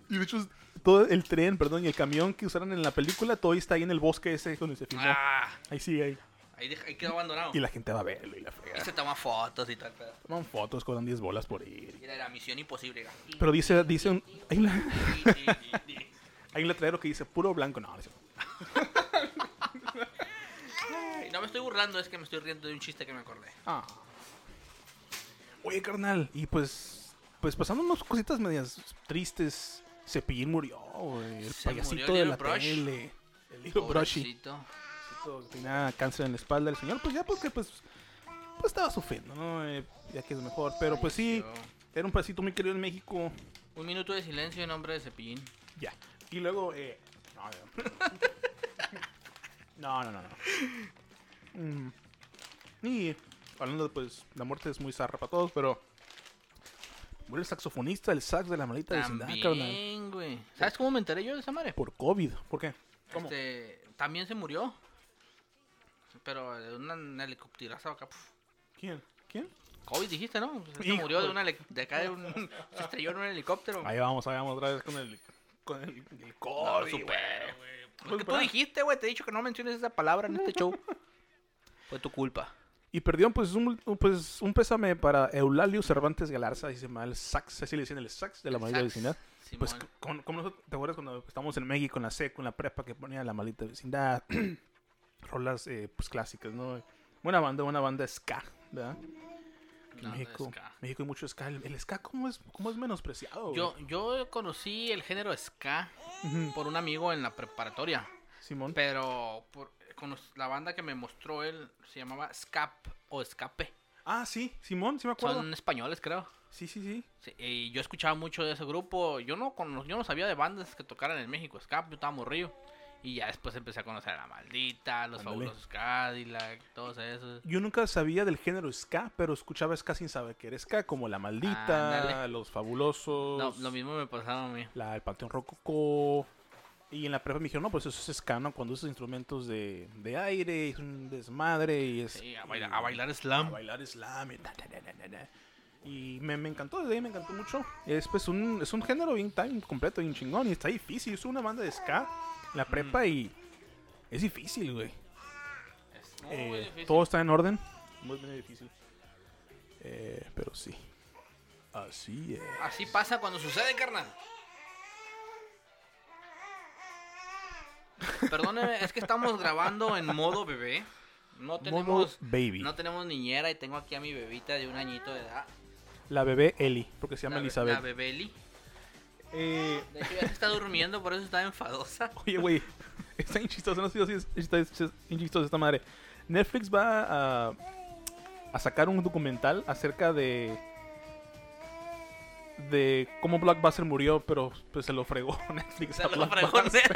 B: y de hecho, todo el tren, perdón, y el camión que usaron en la película, todavía está ahí en el bosque ese donde se filmó.
A: Ah,
B: Ahí sí, ahí.
A: ahí, dej- ahí quedó abandonado.
B: Y la gente va a verlo y la
A: Y
B: fregada.
A: se toma fotos y tal. Pero...
B: Toman fotos, cobran 10 bolas por ir.
A: Mira, era misión imposible. era.
B: Pero dice, dice un, hay, un,
A: Ay,
B: [LAUGHS] hay un letrero que dice puro blanco. No, no es cierto.
A: No me estoy burlando, es que me estoy riendo de un chiste que me acordé.
B: Ah. Oye, carnal, y pues, pues pasando unas cositas medias tristes. Cepillín murió, güey, El
A: Se
B: payasito
A: murió
B: de
A: Little
B: la
A: Brush.
B: tele. El Little Brushy.
A: Pobrecito.
B: Pobrecito, Tenía cáncer en la espalda el señor, pues ya porque pues, pues estaba sufriendo, ¿no? Eh, ya que es mejor. Pero pues sí,
A: Falleció.
B: era un pasito muy querido en México.
A: Un minuto de silencio en nombre de Cepillín.
B: Ya. Y luego, eh. No, no. [LAUGHS] No, no, no, no. Mm. Y hablando, pues, la muerte es muy zarra para todos, pero. Muere el saxofonista del sax de la maldita vecindad, carnal.
A: También, güey. ¿Sabes cómo me enteré yo de esa madre?
B: Por COVID. ¿Por qué? ¿Cómo?
A: Este, también se murió. Pero de una, una helicópterazo acá. puf.
B: ¿Quién? ¿Quién?
A: COVID dijiste, ¿no? Pues, Se
B: Hijo
A: murió de
B: de-
A: una heli- de acá de un [LAUGHS] se estrelló en un helicóptero.
B: Ahí vamos, ahí vamos otra vez con el, con el, el
A: No,
B: COVID,
A: supero,
B: güey.
A: güey. Pues
B: Voy
A: que tú
B: para-
A: dijiste, güey, te he dicho que no menciones esa palabra en este
B: [LAUGHS]
A: show. Fue tu culpa.
B: Y perdieron pues un, un- pues un pésame para Eulalio Cervantes Galarza, dice mal, sax, así le decían el sax de la maldita
A: Sax,
B: vecindad. Pues,
A: Simón.
B: con, como nosotros, ¿te acuerdas cuando estábamos en México, en la SEC, en la prepa que ponía la maldita vecindad? [CLEARS THROAT] Rolas, eh, pues, clásicas, ¿no? Buena banda, buena banda ska, ¿verdad? Que
A: No, no
B: México,
A: es ska.
B: México hay mucho ska. El, el ska, ¿cómo es, cómo es menospreciado? güey?
A: Yo, yo conocí el género ska
B: Ujú,
A: por un amigo en la preparatoria.
B: Simón.
A: Pero por, con los- la banda que me mostró él se llamaba Scap o Escape.
B: Ah, sí, Simón, sí me acuerdo.
A: Son españoles, creo.
B: Sí, sí, sí.
A: Sí, y yo escuchaba mucho de ese grupo. Yo no, cono- yo no sabía de bandas que tocaran en México. Scap, yo estaba morrido. Y ya después empecé a conocer a La Maldita, Los
B: Ándale.
A: Fabulosos Cadillac, todos esos.
B: Yo nunca sabía del género ska, pero escuchaba ska sin saber que era ska, como La Maldita,
A: Ándale.
B: Los Fabulosos,
A: No, lo mismo me pasaba a mí.
B: la, el Panteón Rococó. Y en la prepa me dijeron, no, pues eso es ska, ¿no? Cuando esos instrumentos de, de aire, es un desmadre y es...
A: Sí,
B: y-
A: a bailar, a bailar
B: eh, a
A: slam.
B: bailar slam y ta, ta, ta, ta, ta, ta. Y me, me encantó, desde ahí me encantó mucho. Es pues un, es un género bien time completo, bien chingón. Y está difícil, es una banda de ska, la prepa y... Es difícil, güey.
A: Es muy
B: Eh,
A: difícil.
B: Todo está en orden. Muy bien difícil. Eh, pero sí. Así es.
A: Así pasa cuando sucede, carnal. Perdóneme, es que estamos grabando en modo bebé. No
B: Modo
A: tenemos,
B: baby.
A: no tenemos niñera y tengo aquí a mi bebita de un añito de edad.
B: La bebé Eli, porque se llama
A: La be-
B: Elizabeth.
A: La bebeli.
B: Eh,
A: De hecho, ya se está durmiendo, por eso está
B: [LAUGHS]
A: enfadosa.
B: oye, güey. Está bien chistoso, no sé si es- está bien chistoso esta madre. Netflix va a, a sacar un documental acerca de de cómo Blockbuster murió, pero pues se lo fregó [LAUGHS] Netflix. a
A: Se lo fregó,
B: Blockbuster. [LAUGHS]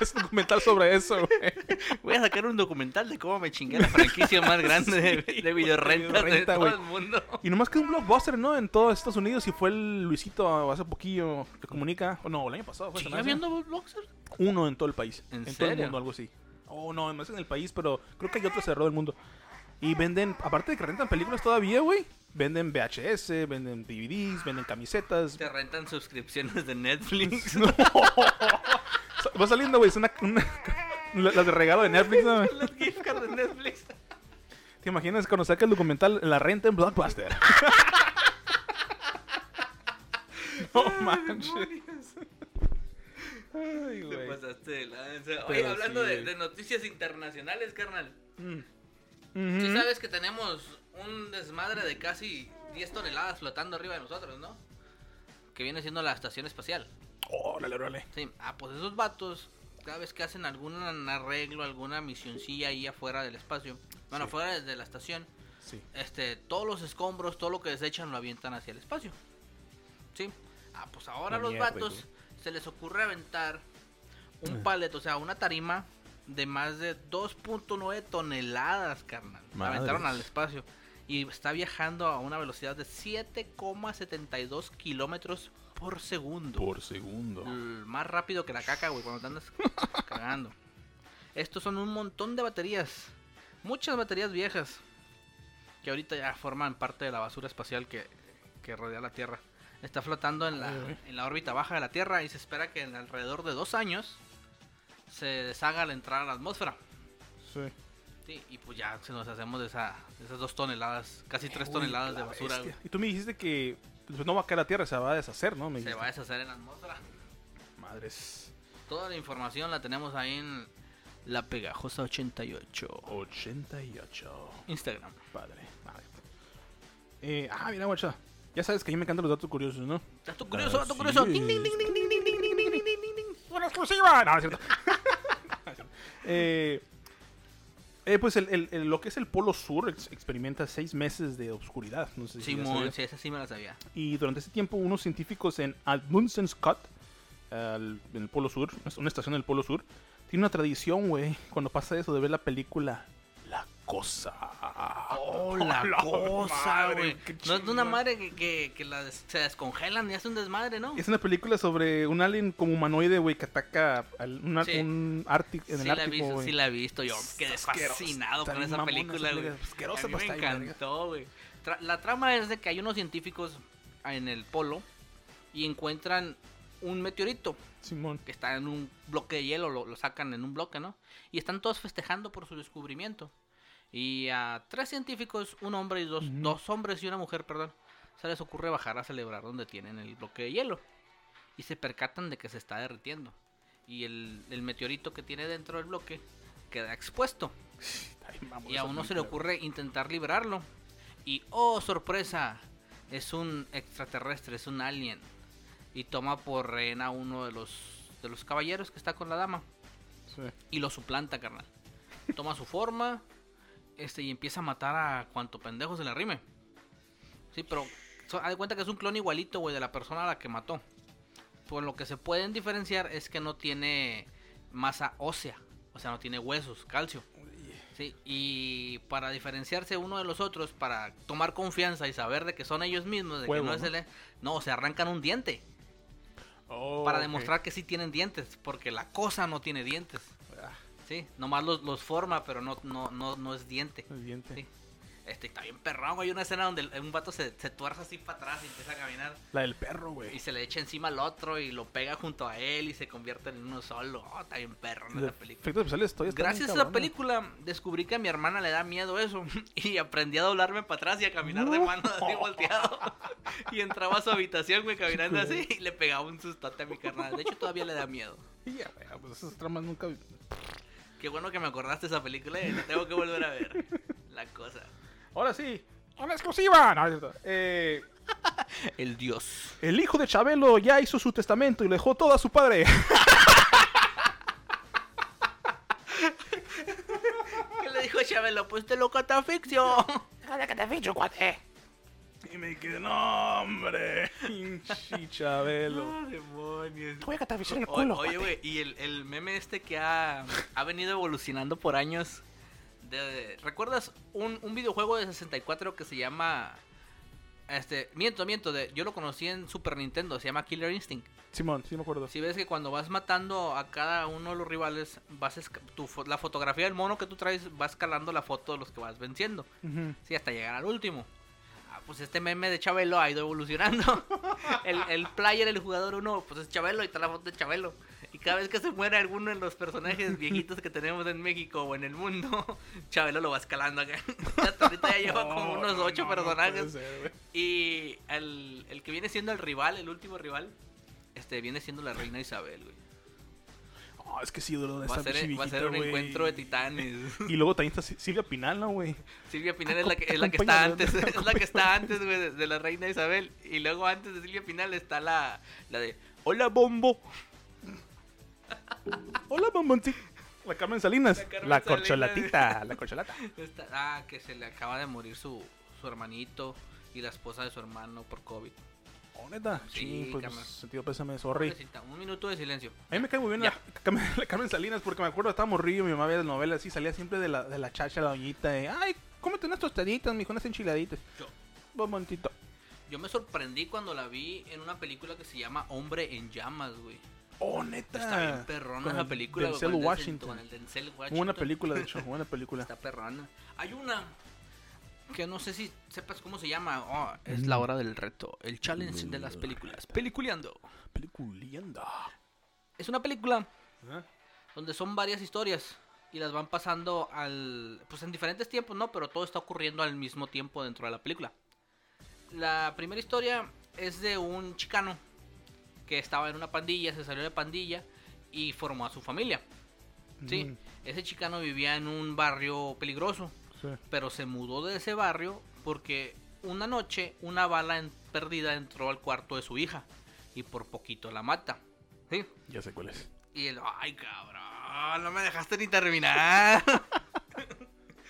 B: Es un documental sobre eso, güey.
A: Voy a sacar un documental de cómo me chingué la franquicia más grande
B: [LAUGHS]
A: de, de videorrentas de
B: videorrenta,
A: todo
B: güey.
A: el mundo.
B: Y nomás que un blockbuster, ¿no? En todos Estados Unidos y fue el Luisito hace poquillo que comunica. O no, el año pasado fue.
A: ¿Sigue
B: ¿no?
A: habiendo boxer?
B: ¿eh? Uno en todo el país.
A: ¿En
B: todo el
A: serio?
B: mundo, algo así. Oh, no, más en el país, pero creo que hay otro cerrado del mundo. Y venden, aparte de que rentan películas todavía, güey. Venden VHS, venden DVDs, venden camisetas.
A: Te rentan suscripciones de Netflix.
B: [LAUGHS] No. [LAUGHS] Va saliendo, güey. Es una, una- Las de regalo de Netflix, ¿no?
A: Las gift cards de Netflix.
B: ¿Te imaginas cuando saca el documental La renta en Blockbuster? [LAUGHS]
A: [LAUGHS]
B: no manches. Ay,
A: Te
B: güey.
A: pasaste de lanza. Oye,
B: Pero
A: hablando
B: sí,
A: de,
B: güey.
A: de noticias internacionales, carnal.
B: Mm.
A: Sí
B: Ujú.
A: sabes que tenemos un desmadre de casi 10 toneladas flotando arriba de nosotros, ¿no? Que viene siendo la estación espacial.
B: Órale, órale.
A: Sí. Ah, pues esos vatos, cada vez que hacen algún arreglo, alguna misioncilla ahí afuera del espacio, bueno,
B: Sí.
A: afuera de la estación,
B: Sí.
A: este, todos los escombros, todo lo que desechan lo avientan hacia el espacio. ¿Sí? Ah, pues ahora
B: La
A: los
B: mierda,
A: vatos
B: güey. Ah.
A: se les ocurre aventar un palet, o sea, una tarima de más de 2.9 toneladas, carnal. La aventaron
B: Madres.
A: al espacio. Y está viajando a una velocidad de 7,72 kilómetros por segundo.
B: Por segundo.
A: L- Más rápido que la caca, güey, cuando te
B: [LAUGHS]
A: andas cagando. Estos son un montón de baterías. Muchas baterías viejas. Que ahorita ya forman parte de la basura espacial que, que rodea la Tierra. Está flotando en la,
B: Ay, güey.
A: en la órbita baja de la Tierra y se espera que en alrededor de dos años se deshaga al entrar a la atmósfera.
B: Sí.
A: Sí, y pues ya se nos hacemos de, esa, de esas dos toneladas, casi tres toneladas de basura. güey.
B: Y tú me dijiste que pues, no va a caer a tierra, se va a deshacer, ¿no? Me
A: Se
B: dijiste.
A: va a deshacer en la atmósfera.
B: Madres.
A: Toda la información la tenemos ahí en La Pegajosa 88.
B: 88.
A: Instagram.
B: Padre. Madre. Eh, ah, mira, guacha. Ya sabes que a mí me encantan los datos curiosos, ¿no? Ah,
A: Dato curioso, dato
B: Así
A: curioso.
B: es.
A: Ting, ting, ting, ting, ting, ting, ting, ting, ting, ting, ting, ting, ting.
B: ¡Una exclusiva! No, es [LAUGHS] cierto. eh, eh, pues el, el- el- lo que es el Polo Sur ex- experimenta seis meses de oscuridad. No sé si ya
A: Simón,
B: sabías.
A: sí, esa sí me la sabía.
B: Y durante ese tiempo, unos científicos en Amundsen Scott, al- en el Polo Sur, es una estación del Polo Sur, tiene una tradición, güey, cuando pasa eso, de ver la película La cosa. [LAUGHS]
A: ¡Oh, la
B: la
A: cosa,
B: madre,
A: güey!
B: qué
A: No es de una
B: chingón.
A: madre que, que, que la des- se descongelan y hace un desmadre, ¿no?
B: Es una película sobre un alien como humanoide, güey, que ataca al- un, ar-
A: Sí.
B: un Arctic, en
A: sí,
B: el
A: la he
B: Ártico,
A: visto,
B: güey.
A: sí la he visto. Yo quedé
B: Está asquerosa,
A: fascinado
B: está
A: con
B: bien
A: esa
B: mamona esa
A: película, güey.
B: película, asquerosa,
A: A mí
B: pero
A: me
B: está bien verga.
A: encantó, güey. Tra- la trama es de que hay unos científicos en el polo y encuentran un meteorito
B: Simón.
A: que está en un bloque de hielo, lo, lo sacan en un bloque, ¿no? Y están todos festejando por su descubrimiento. Y a tres científicos, un hombre y dos,
B: Ujú.
A: dos hombres y una mujer, perdón, se les ocurre bajar a celebrar donde tienen el bloque de hielo. Y se percatan de que se está derritiendo. Y el, el meteorito que tiene dentro del bloque queda expuesto.
B: Está bien mamona
A: Y a
B: esa
A: uno se le
B: película, güey.
A: ocurre intentar liberarlo. Y oh, sorpresa, es un extraterrestre, es un alien. Y toma por rehén a uno de los, de los caballeros que está con la dama.
B: Sí.
A: Y lo suplanta, carnal. Toma su forma este, y empieza a matar a cuanto pendejo se le rime. Sí, pero so- haz de cuenta que es un clon igualito, güey, de la persona a la que mató. Por lo que se pueden diferenciar es que no tiene masa ósea. O sea, no tiene huesos, calcio. Sí, y para diferenciarse uno de los otros, para tomar confianza y saber de que son ellos mismos, de
B: Huevo,
A: que no es
B: ¿no?
A: el... No, se arrancan un diente.
B: Oh,
A: para
B: ok.
A: demostrar que sí tienen dientes, porque la cosa no tiene dientes.
B: Ah,
A: Sí, nomás los, los forma, pero no, no, no, no es diente.
B: el diente.
A: Sí. Este, está bien perrón, güey. Hay una escena donde el- un vato se, se tuerza así para atrás y empieza a caminar.
B: La del perro,
A: Y
B: güey.
A: se le echa encima al otro y lo pega junto a él y se convierte en uno solo. Oh, está bien perrón
B: Los
A: esa película.
B: efectos especiales todavía están bien
A: Gracias a esa
B: cabrones.
A: película descubrí que a mi hermana le da miedo eso. [LAUGHS] Y aprendí a doblarme para atrás y a caminar de mano así volteado. [LAUGHS] Y entraba a su habitación, güey, caminando así y le pegaba un sustote a mi carnal. De hecho, todavía le da miedo.
B: Ya, güey, pues esas tramas nunca...
A: Qué bueno que me acordaste de esa película y la tengo que volver a ver. La cosa.
B: Ahora sí, una exclusiva. No, es cierto. Eh,
A: El dios.
B: el hijo de Chabelo ya hizo su testamento y le dejó todo a su padre.
A: ¿Qué le dijo Chabelo? Pues te lo catafixio.
B: Y me quedé, no, hombre. [LAUGHS] Pinche Chabelo.
A: demonios.
B: voy a catafixiar el
A: O- oye, güey, y el, el meme este que ha, ha venido evolucionando por años. de- ¿Recuerdas un, un videojuego de 64 que se llama... Este, miento, miento, de, yo lo conocí en Super Nintendo, se llama Killer Instinct.
B: Simón, sí me acuerdo.
A: Si ves que cuando vas matando a cada uno de los rivales, vas esca- tu fo- la fotografía del mono que tú traes va escalando la foto de los que vas venciendo.
B: Ujú.
A: Sí, hasta llegar al último. Ah, pues este meme de Chabelo ha ido evolucionando. [LAUGHS] El, el player, el jugador uno, pues es Chabelo y está la foto de Chabelo. Y cada vez que se muere alguno de los
B: [LAUGHS]
A: personajes viejitos que tenemos en México o en el mundo, [LAUGHS] Chabelo lo va escalando acá. [LAUGHS] Hasta ahorita ya lleva como
B: No,
A: unos
B: no,
A: ocho
B: no, pues no
A: personajes.
B: puede ser, güey.
A: y el, el que viene siendo el rival, el último rival, este viene siendo la reina Isabel, güey.
B: Ah, es que sí, duró
A: Va a ser, va a ser un encuentro de titanes.
B: Y luego también está Sil- Silvia Pinal, ¿no, güey?
A: Silvia Pinal es la que, es la que está
B: Acompañado de-
A: antes, es la que está antes, güey, de, de la reina Isabel. Y luego antes de Silvia Pinal está la, la de Hola Bombo.
B: Hola, Bombonti. La Carmen Salinas.
A: La Carmen
B: La,
A: Salinas.
B: corcholatita. La corcholata.
A: Está- ah, que se le acaba de morir su, su hermanito y la esposa de su hermano por COVID.
B: Oh, neta.
A: Sí,
B: Sí, pues,
A: Carmen.
B: sentido pésame, sorry.
A: Pobrecita, Un minuto de silencio.
B: A mí me cae muy bien la, Carmen- [LAUGHS] la Carmen Salinas porque me acuerdo, estaba morrillo, mi mamá veía las novelas y salía siempre de la, de la chacha, la doñita, de, ay, cómete unas tostaditas, mijo, unas enchiladitas.
A: Yo,
B: Un momentito.
A: yo me sorprendí cuando la vi en una película que se llama Hombre en Llamas, güey.
B: Oh, neta.
A: Está bien perrona
B: Con
A: esa
B: el
A: película, güey,
B: Denzel
A: con el Denzel-
B: Washington.
A: con el Denzel Washington.
B: Buena película, de hecho, buena película.
A: Está perrona. Hay una que no sé si sepas cómo se llama. Oh, es
B: Mm.
A: la hora del reto. El challenge de las películas. Peliculeando.
B: Peliculienda.
A: Es una película donde son varias historias y las van pasando al. Pues en diferentes tiempos, ¿no? Pero todo está ocurriendo al mismo tiempo dentro de la película. La primera historia es de un chicano que estaba en una pandilla, se salió de pandilla y formó a su familia. Sí.
B: Mm,
A: Ese chicano vivía en un barrio peligroso.
B: sí.
A: pero se mudó de ese barrio porque una noche una bala en- perdida entró al cuarto de su hija y por poquito la mata. ¿Sí?
B: Ya sé cuál es.
A: Y él, ay cabrón, no me dejaste ni terminar. [LAUGHS]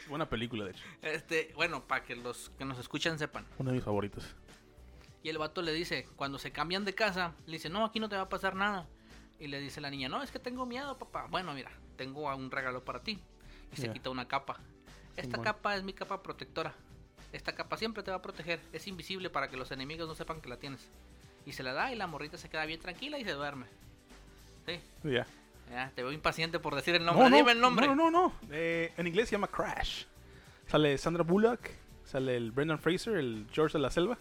B: Buena película, de hecho.
A: este, bueno, para que los que nos escuchan sepan.
B: Una de mis favoritas.
A: Y el vato le dice, cuando se cambian de casa, le dice, no, aquí no te va a pasar nada. Y le dice la niña, no, es que tengo miedo, papá. Bueno, mira, tengo un regalo para ti. Y se
B: Ya.
A: quita una capa. Esta
B: Simón.
A: capa es mi capa protectora. Esta capa siempre te va a proteger. Es invisible para que los enemigos no sepan que la tienes. Y se la da y la morrita se queda bien tranquila y se duerme. Sí.
B: Ya.
A: Ya, te veo impaciente por decir el nombre. Dime el nombre.
B: No, no, no. Eh, en inglés se llama Crash. Sale Sandra Bullock, sale el Brendan Fraser, el George de la Selva.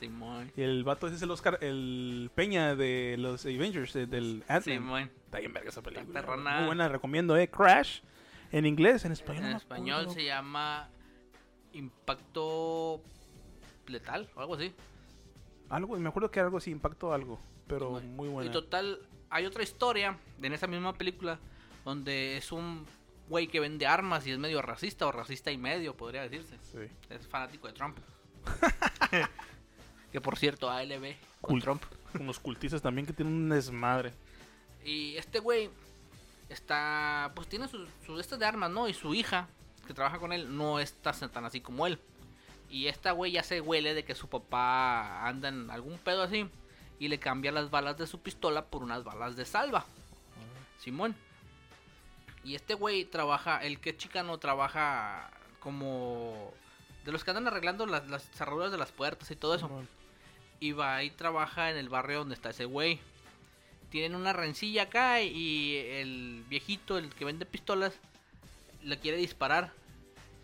A: Simón.
B: Y el vato ese es el Oscar, el Peña de los Avengers, eh, del Ant-Man.
A: Simón.
B: Está bien verga esa película.
A: perrona.
B: Muy buena, recomiendo, eh. Crash. En inglés, en español. no
A: En
B: me
A: español
B: acuerdo.
A: se llama Impacto Letal o algo así.
B: Algo, me acuerdo que era algo así, impacto algo. Pero
A: Simón.
B: Oh, muy buena.
A: Y total, hay otra historia en esa misma película donde es un güey que vende armas y es medio racista o racista y medio, podría decirse.
B: Sí.
A: Es fanático de
B: [LAUGHS]
A: Trump. que por cierto, ALB con
B: Cult.
A: Trump.
B: Unos cultistas también que tienen un desmadre.
A: Y este güey está. Pues tiene sus su, estas de armas, ¿no? Y su hija, que trabaja con él, no está tan así como él. Y esta güey ya se huele de que su papá anda en algún pedo así. Y le cambia las balas de su pistola por unas balas de salva. Simón. Y este güey trabaja, el que es chicano trabaja como. De los que andan arreglando las, las cerraduras de las puertas y todo eso.
B: Simón.
A: Y va y trabaja en el barrio donde está ese güey. Tienen una rencilla acá y el viejito, el que vende pistolas, le quiere disparar.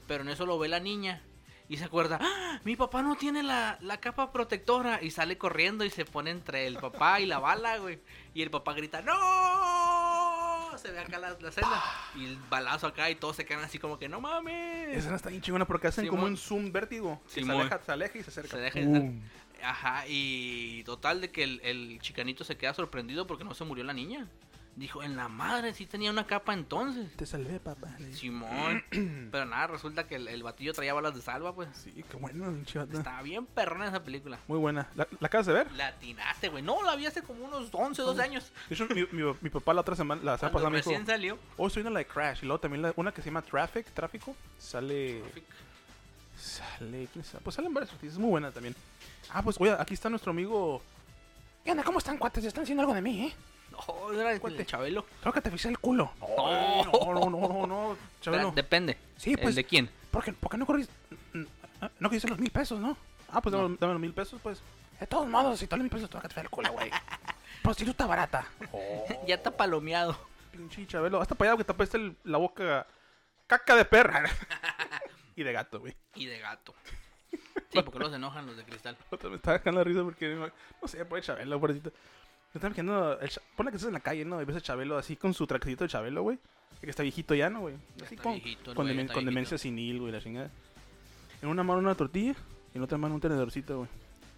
A: Pero en eso lo ve la niña y se acuerda, "¡Ah! mi papá no tiene la, la capa protectora. Y sale corriendo y se pone entre el papá y la bala, güey. Y el papá grita, no. Se ve acá la, la celda y el balazo acá y todos se quedan así como que, no mames.
B: Esa no está bien chingona porque hacen como
A: Simón.
B: un zoom vértigo. que Se
A: Simón.
B: aleja, se aleja y se acerca.
A: Se deja de
B: Pum.
A: ser- Ajá, y total de que el, el chicanito se queda sorprendido porque no se murió la niña. Dijo, en la madre, sí tenía una capa entonces.
B: Te salvé, papá. [CLEARS THROAT]
A: Simón. Pero nada, resulta que el, el batillo traía balas de salva, pues.
B: Sí, qué bueno, pinche vato.
A: Estaba bien perrona esa película.
B: Muy buena. ¿La, la acabas de ver?
A: La atinaste, güey. No, la vi hace como unos 11, 12 años.
B: De hecho, mi, mi- mi papá la otra semana, la semana
A: Cuando
B: pasada me dijo,
A: recién salió.
B: oh, estoy viendo la de Crash. Y luego también la- una que se llama Traffic, Tráfico. Sale, sale, ¿quién sale? Pues salen varias artistas, es muy buena también. Ah, pues, oye, aquí está nuestro amigo... ¿Qué onda? ¿Cómo están, cuates? ¿Están haciendo algo de mí, eh?
A: No, era el,
B: Cuate.
A: el Chabelo.
B: Tengo que te el culo.
A: No.
B: no, no, no, no, no, Chabelo.
A: Espera, Depende.
B: Sí, pues-
A: ¿El de quién? [LAUGHS]
B: ¿Por qué, por qué no corriste? Mm, ah, No quisiste los mil pesos, ¿no? Ah, pues dame, dame los mil pesos, pues. De todos modos, si te los mil pesos, te vas a caer el culo, [LAUGHS] güey. Prostituta barata.
A: ya está palomeado.
B: Oh, Pinche Chabelo. Hasta para allá que tapaste el- la boca. Caca de [LAUGHS] perra. y de gato, güey.
A: Y de gato. Sí,
B: [LAUGHS]
A: porque los enojan los de cristal. [LAUGHS]
B: Otra Me estaba dejando la risa porque. me imag- No sé, pobre Chabelo, pobrecito. Me estaba imaginando. el Cha- Ponle que estás en la calle, ¿no? Y ves a Chabelo así con su trajecito de Chabelo, güey. Que está viejito ya, ¿no, güey? Así
A: está
B: con,
A: viejito el
B: con,
A: güey,
B: demen-
A: está
B: con demencia senil, güey, la chingada. En una mano una tortilla y en otra mano un tenedorcito, güey.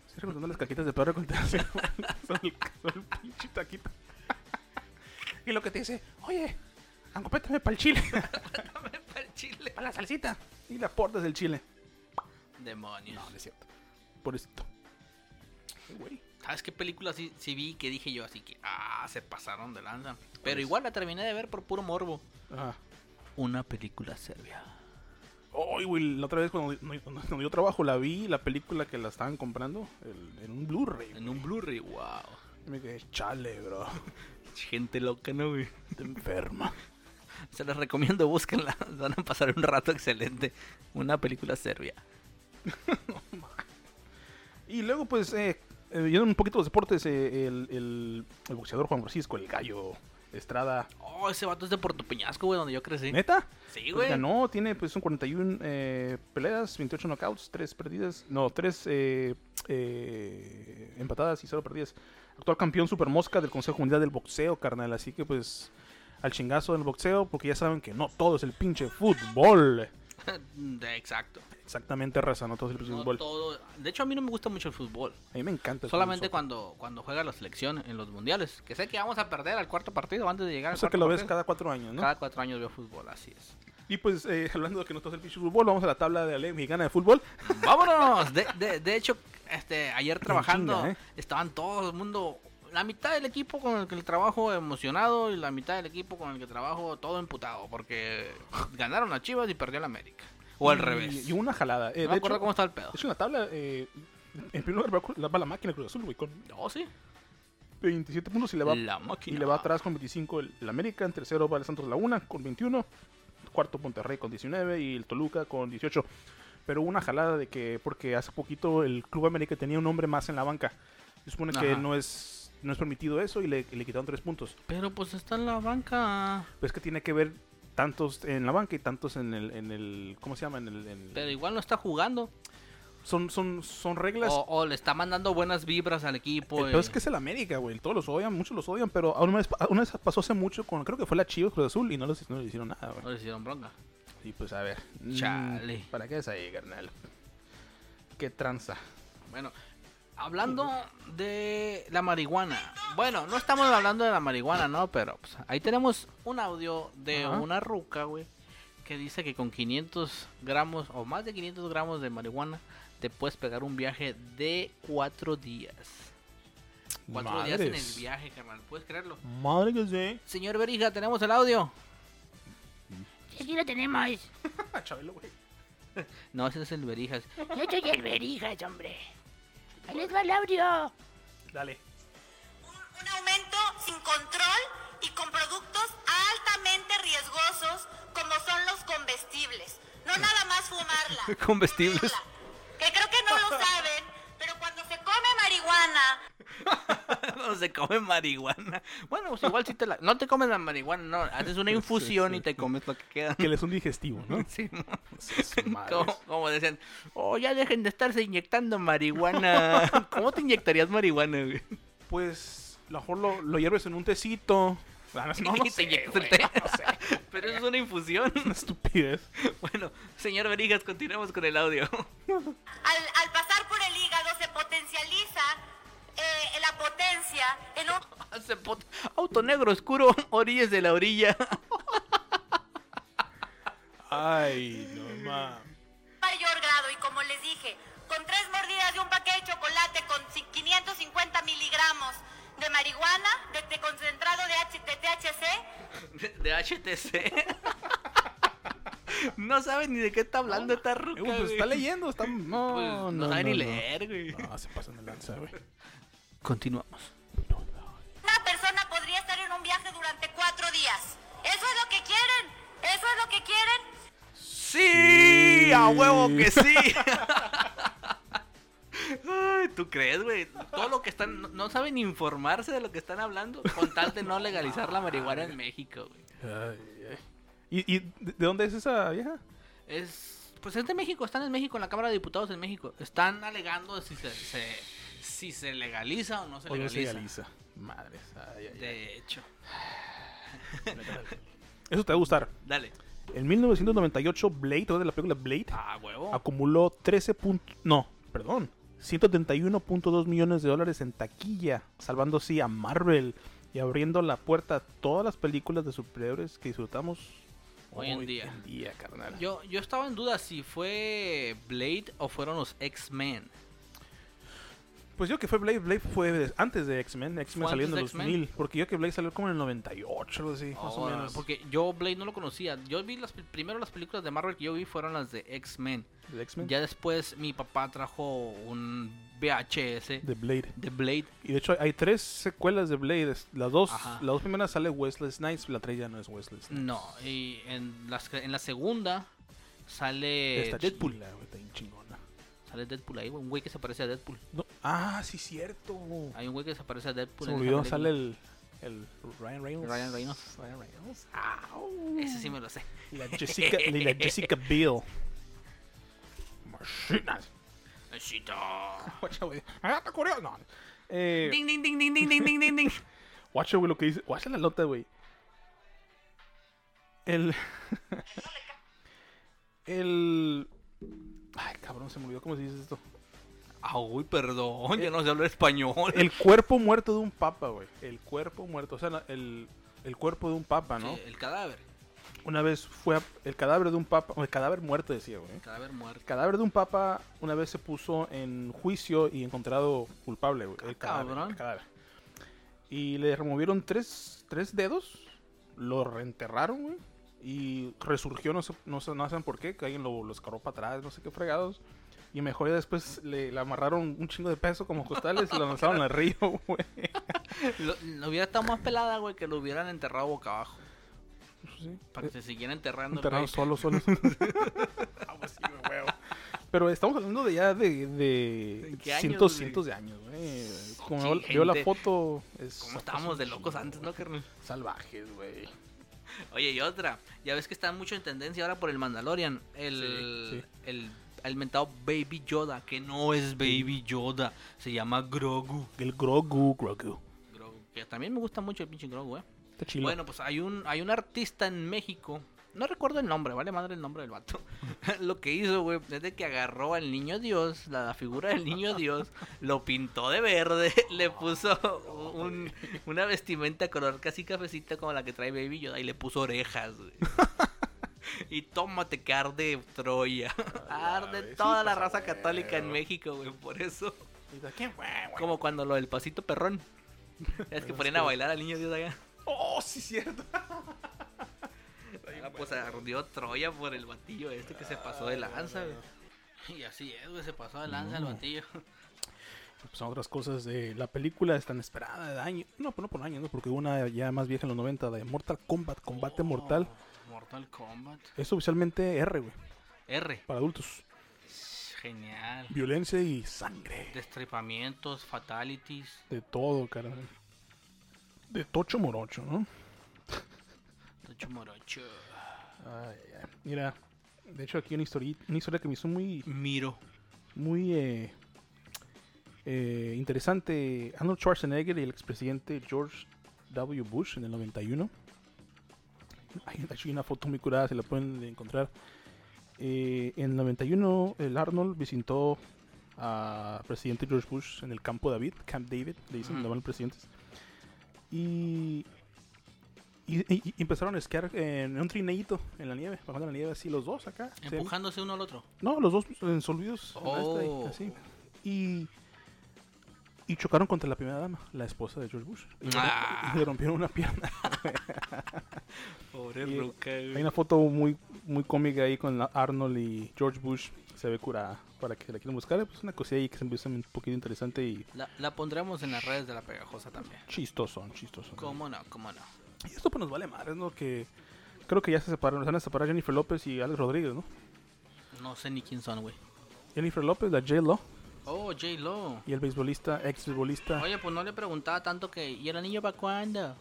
B: Estoy recordando las caquitas de perro
A: [LAUGHS]
B: con tenedorcito. son, el- son el pinche taquito. y lo que te dice, oye, acompétame para el
A: [LAUGHS]
B: chile,
A: Dame pa'l chile.
B: para la salsita. Y le aportas el chile.
A: Demonios.
B: No, no es cierto. Pobrecito. Ay, güey.
A: ¿Sabes qué película sí, sí vi que dije yo así que, ah, se pasaron de lanza? Pero igual la terminé de ver por puro morbo.
B: Ajá.
A: Una película serbia.
B: Ay, güey, la otra vez cuando, no- no- cuando yo trabajo la vi, la película que la estaban comprando, el- en un Blu-ray.
A: En un Blu-ray, wow.
B: Y me quedé, chale, bro,
A: Gente loca, ¿no, güey?
B: te enferma.
A: Se las recomiendo, búsquenla. [LAUGHS] Van a pasar un rato excelente. Una película serbia.
B: Y luego, pues, eh, eh, viendo un poquito los deportes, eh, el, el- el boxeador Juan Francisco, el gallo Estrada,
A: Oh, ese vato es de Puerto Peñasco, güey, donde yo crecí.
B: ¿neta?
A: Sí,
B: Pues
A: güey.
B: ganó, tiene pues un 41 eh, peleas, 28 knockouts, 3 perdidas, no, 3 empatadas y 0 perdidas. Actual campeón super mosca del Consejo Mundial del Boxeo, carnal. Así que pues al chingazo del boxeo, porque ya saben que no todo es el pinche fútbol.
A: [LAUGHS] De- exacto.
B: Exactamente, raza, no todo es el pinche
A: No
B: fútbol.
A: todo... De hecho, a mí no me gusta mucho el fútbol.
B: A mí me encanta. el
A: Solamente
B: fútbol.
A: cuando, cuando juega la selección en los mundiales. Que sé que vamos a perder al cuarto partido antes de llegar al
B: O sea que
A: cuarto
B: lo ves
A: partido.
B: cada cuatro años, ¿no?
A: Cada cuatro años veo fútbol, así es.
B: Y pues eh, hablando de que no todo es el pinche fútbol, vamos a la tabla de la Liga Mexicana de Fútbol.
A: ¡Vámonos! De, de- de hecho, este, ayer trabajando
B: chinga, ¿eh?
A: estaban todo el mundo, la mitad del equipo con el que el trabajo emocionado y la mitad del equipo con el que trabajo todo emputado porque ganaron a Chivas y perdió la América. O al
B: Y-
A: revés.
B: Y una jalada. Eh,
A: no
B: de
A: me acuerdo
B: hecho-
A: cómo estaba el pedo.
B: De hecho, en la tabla, eh, en primer lugar va la, va la máquina Cruz Azul, güey, con
A: No, Oh, sí.
B: 27 puntos y le va,
A: La
B: y
A: máquina.
B: le va atrás con 25 el, el América. En tercero va el Santos Laguna con 21. cuarto Monterrey con 19 y el Toluca con 18. Pero hubo una jalada de que, porque hace poquito el Club América tenía un hombre más en la banca. Se supone que
A: Ajá.
B: no es, no es permitido eso y le, y le quitaron tres puntos.
A: Pero pues está en la banca.
B: Pues que tiene que ver tantos en la banca y tantos en el, en el ¿cómo se llama? En el, en-
A: Pero igual no está jugando.
B: son, son, son reglas.
A: O, o le está mandando buenas vibras al equipo.
B: El
A: eh.
B: peor es que es el América, güey. Todos los odian, muchos los odian, pero una vez, una vez pasó hace mucho con, creo que fue la Chivas Cruz Azul y no les, no les hicieron nada,
A: No
B: güey.
A: le hicieron bronca.
B: Y pues a ver. mm,
A: Chale.
B: ¿Para qué es ahí, carnal? Qué tranza.
A: Bueno, hablando de la marihuana. Bueno, no estamos hablando de la marihuana, ¿no? Pero pues, ahí tenemos un audio de
B: Ajá.
A: una ruca, güey, que dice que con 500 gramos o más de 500 gramos de marihuana te puedes pegar un viaje de cuatro días. Cuatro días en el
B: Madres.
A: viaje, carnal. ¿Puedes creerlo?
B: Madre que sí.
A: Señor Berija, tenemos el audio.
E: Aquí lo tenemos.
B: Ah, Chabelo, güey.
A: No, ese es el
B: [LAUGHS]
A: Berijas.
E: Yo soy el Berijas, hombre. Ahí les va el audio.
B: Dale.
F: un- un aumento sin control y con productos altamente riesgosos como son los comestibles. No nada más fumarla.
A: Comestibles.
F: consumirla. Que creo que no lo saben, pero cuando se come marihuana,
A: no se come marihuana. Bueno, pues igual si te la... No te comes la marihuana, no. Haces una infusión
B: [LAUGHS] sí.
A: y te comes lo que queda.
B: Que le es un digestivo, ¿no?
A: [LAUGHS] Sí, mo.
B: Sus madres.
A: como, como decían, oh, ya dejen de estarse inyectando marihuana. [LAUGHS] ¿Cómo te inyectarías marihuana, güey?
B: Pues, a lo mejor lo, lo hierves en un tecito. Ah, No,
A: [LAUGHS]
B: no,
A: Y te
B: sé,
A: inyectas el
B: [LAUGHS] güey,
A: té.
B: no sé.
A: Pero eso es una infusión.
B: Una estupidez.
A: [LAUGHS] Bueno, señor Verigas, continuemos con el [LAUGHS] audio.
F: al, al pasar por el hígado se potencializa eh, la potencia en un
A: Hace pot- Auto negro oscuro, orillas de la orilla.
B: Ay, no mames.
F: mayor grado y como les dije, con tres mordidas de un paquete de chocolate con ci- 550 miligramos de marihuana, de, de concentrado de, H, de THC,
A: De, de HTC. [LAUGHS] No sabe ni de qué está hablando esta ruca,
B: Eh, güey, pues
A: güey.
B: está leyendo, está... No,
A: Pues,
B: no,
A: no,
B: no,
A: sabe ni
B: no.
A: leer, güey.
B: No, se pasan de lanza, güey.
A: Continuamos.
F: Una persona podría estar en un viaje durante cuatro días. ¿Eso es lo que quieren? ¿Eso es lo que quieren?
A: ¡Sí! ¡A huevo
B: Sí.
A: que sí! [LAUGHS] Ay, ¿Tú crees, güey? Todo lo que están. No, no saben informarse de lo que están hablando con tal de no legalizar la marihuana en México, güey.
B: ¿Y, y de de dónde es esa vieja?
A: Es. Pues es de México, están en México, en la Cámara de Diputados en México. Están alegando si se, se- si se legaliza o no se
B: O no se
A: legaliza.
B: legaliza. Madres. ay, ay, ay.
A: De hecho,
B: Eso te va a gustar.
A: dale.
B: En 1998, Blade, ¿te acuerdas de la película Blade?
A: ¡A huevo!
B: Acumuló 13 puntos... No, perdón. 171.2 millones de dólares en taquilla, salvando así a Marvel y abriendo la puerta a todas las películas de superhéroes que disfrutamos
A: Hoy en día.
B: carnal.
A: Yo, yo estaba en duda si fue Blade o fueron los X-Men.
B: Pues yo que fue Blade, Blade fue des- antes de X-Men, X-Men
A: ¿Fue
B: salió
A: antes
B: en el
A: de X-Men?
B: 2000, porque yo que Blade salió como en el 98, algo así, más o
A: Ahora,
B: menos.
A: Porque yo Blade no lo conocía. Yo vi las primero las películas de Marvel que yo vi fueron las de X-Men.
B: ¿De X-Men?
A: Ya después mi papá trajo un VHS
B: De Blade.
A: de Blade.
B: Y de hecho hay tres secuelas de Blade, es- las dos,
A: Ajá.
B: las dos primeras sale Wesley Snipes, la tres ya no es Wesley Snipes.
A: No, y en la, en la segunda sale
B: Está
A: Eh, Deadpool.
B: chila, güey, está bien chingona.
A: Sale Deadpool ahí, güey, un güey que se parece a Deadpool.
B: No, ah, sí, cierto.
A: Hay un güey que se parece a Deadpool.
B: Se me
A: en esa
B: olvidó,
A: película.
B: sale el, el Ryan Reynolds.
A: Ryan Reynolds.
B: Ryan Reynolds. Au.
A: Ese sí me lo sé.
B: Y la Jessica, y la Jessica
A: [LAUGHS]
B: Biel. Machinas. Guacha, güey. Agarra correo. No. Eh,
A: Ding, ding, ding, ding, ding, ding, ding,
B: [LAUGHS]
A: ding, ding.
B: guacha, güey, lo que dice. Guacha la nota, güey. El. [LAUGHS] el. Ay, cabrón, se me olvidó cómo se dice esto.
A: Ah, uy, perdón, ya no sé hablar español.
B: Eh, El cuerpo muerto de un papa, güey. El cuerpo muerto. O sea, la- el, el cuerpo de un papa, ¿no?
A: Sí, el cadáver.
B: Una vez fue a- el cadáver de un papa. o El cadáver muerto, decía, güey.
A: El cadáver muerto.
B: El cadáver de un papa una vez se puso en juicio y encontrado culpable, güey. El cadáver,
A: Cabrón.
B: el cadáver. Y le removieron tres, tres dedos, lo reenterraron, güey. Y resurgió, no sé, no sé, no saben por qué, que alguien lo, lo escarró para atrás, no sé qué fregados. Y mejor ya después le, le amarraron un chingo de peso como costales y lo lanzaron al río, güey.
A: Lo, lo hubiera estado más pelada, güey, que lo hubieran enterrado boca abajo.
B: Pues Sí.
A: Para que se siguiera enterrando. el
B: Enterrados
A: güey.
B: solos, solos. [LAUGHS] Ah, pues
A: Vamos, sí, güey, huevo.
B: Pero estamos hablando de ya de,
A: ¿De
B: de
A: qué años,
B: cientos,
A: güey?
B: cientos de años, güey. Como
A: Sí,
B: veo- veo la
A: gente.
B: foto, es
A: ¿Cómo estábamos de locos antes, no, carnal?
B: salvajes, güey.
A: Oye, y otra. Ya ves que está mucho en tendencia ahora por el Mandalorian. El,
B: Sí, sí.
A: el, el mentado Baby Yoda, que no es Baby Yoda. Se llama Grogu.
B: El Grogu, Grogu.
A: Grogu, que también me gusta mucho el pinche Grogu, eh.
B: Está chido.
A: Bueno, pues hay un, hay un artista en México. No recuerdo el nombre, vale madre el nombre del vato. [LAUGHS] lo que hizo, güey, es de que agarró al niño Dios, la, figura del niño Dios, lo pintó de verde, [LAUGHS] le puso un- una vestimenta color casi cafecita como la que trae Baby Yoda y le puso orejas, güey. Y tómate que arde Troya. [LAUGHS] Arde
B: güey, sí,
A: toda la
B: pasa,
A: raza
B: güey.
A: católica en México, güey. Por eso.
B: ¿Qué, güey, güey?
A: Como cuando lo del pasito perrón. Es que ponían a bailar al niño Dios allá.
B: Oh, sí, cierto.
A: Ah, pues ardió Troya por el batillo este que se pasó de lanza, güey. [LAUGHS] Y así es, güey, se pasó de lanza el batillo. [LAUGHS]
B: Pues son otras cosas de la película es tan esperada de año. No, pues no por año, ¿no? porque hubo una ya más vieja en los 90 de Mortal Kombat, Combate Mortal.
A: Oh, Mortal Kombat.
B: Es oficialmente R, güey,
A: R.
B: para adultos.
A: Genial.
B: Violencia y sangre.
A: Destripamientos, fatalities.
B: De todo, cara. De tocho morocho, ¿no?
A: Tocho morocho.
B: Ay, ay. Mira, de hecho aquí una historia, una historia que me hizo muy,
A: Miro.
B: muy eh, eh, interesante. Arnold Schwarzenegger y el expresidente George W. Bush en el 91. Hay de hecho, hay una foto muy curada, se la pueden encontrar. Eh, en el 91 el Arnold visitó al presidente George Bush en el campo David, Camp David, le
A: Ujú.
B: dicen donde van los presidentes. Y y, y- y empezaron a esquiar en un trineíto en la nieve, bajando la nieve así los dos acá. Se ven-
A: Empujándose uno al otro.
B: No, los dos en soludos. en la esta y
A: Oh.
B: así. Y, y chocaron contra la primera dama, la esposa de George Bush. Y le-
A: Ah.
B: y le rompieron una pierna.
A: Pobre
B: Y-
A: Ruca,
B: Hay una foto muy, muy cómica ahí con la- Arnold y George Bush. Se ve curada. Para que la quieran buscar, pues una cosilla ahí que se empieza un poquito interesante y
A: La, la pondremos en las redes de la pegajosa también.
B: chistoso, chistoso.
A: ¿Cómo no? ¿Cómo no?
B: Y esto pues nos vale madre, ¿no? Que creo que ya se separaron, se van a separar Jennifer López y Alex Rodríguez, ¿no?
A: No sé ni quién son, güey.
B: Jennifer López, la J-Lo,
A: Oh, J-Lo.
B: y el beisbolista, ex beisbolista.
A: Oye, pues no le preguntaba tanto que, ¿y el anillo para cuándo?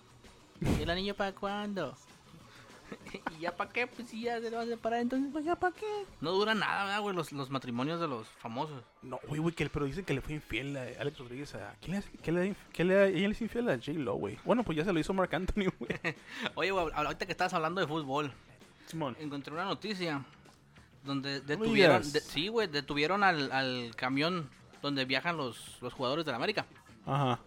A: ¿Y el anillo para cuándo? [LAUGHS] ¿Y ya para qué? Pues si ya se lo va a separar, entonces, pues ya para qué. No dura nada, ¿verdad, güey, los, los matrimonios de los famosos.
B: No, güey, güey, que el- pero dicen que le fue infiel a Alex Rodríguez a. ¿Quién le, hace- qué le, qué le, ella le es infiel a J-Lo, güey? Bueno, pues ya se lo hizo Mark Anthony, güey.
A: Oye, güey, ahor- ahorita que estabas hablando de fútbol,
B: [LAUGHS] Simón.
A: encontré una noticia donde
B: me
A: detuvieron,
B: digas.
A: de- sí, güey, detuvieron al, al camión donde viajan los, los jugadores de la América.
B: Ajá.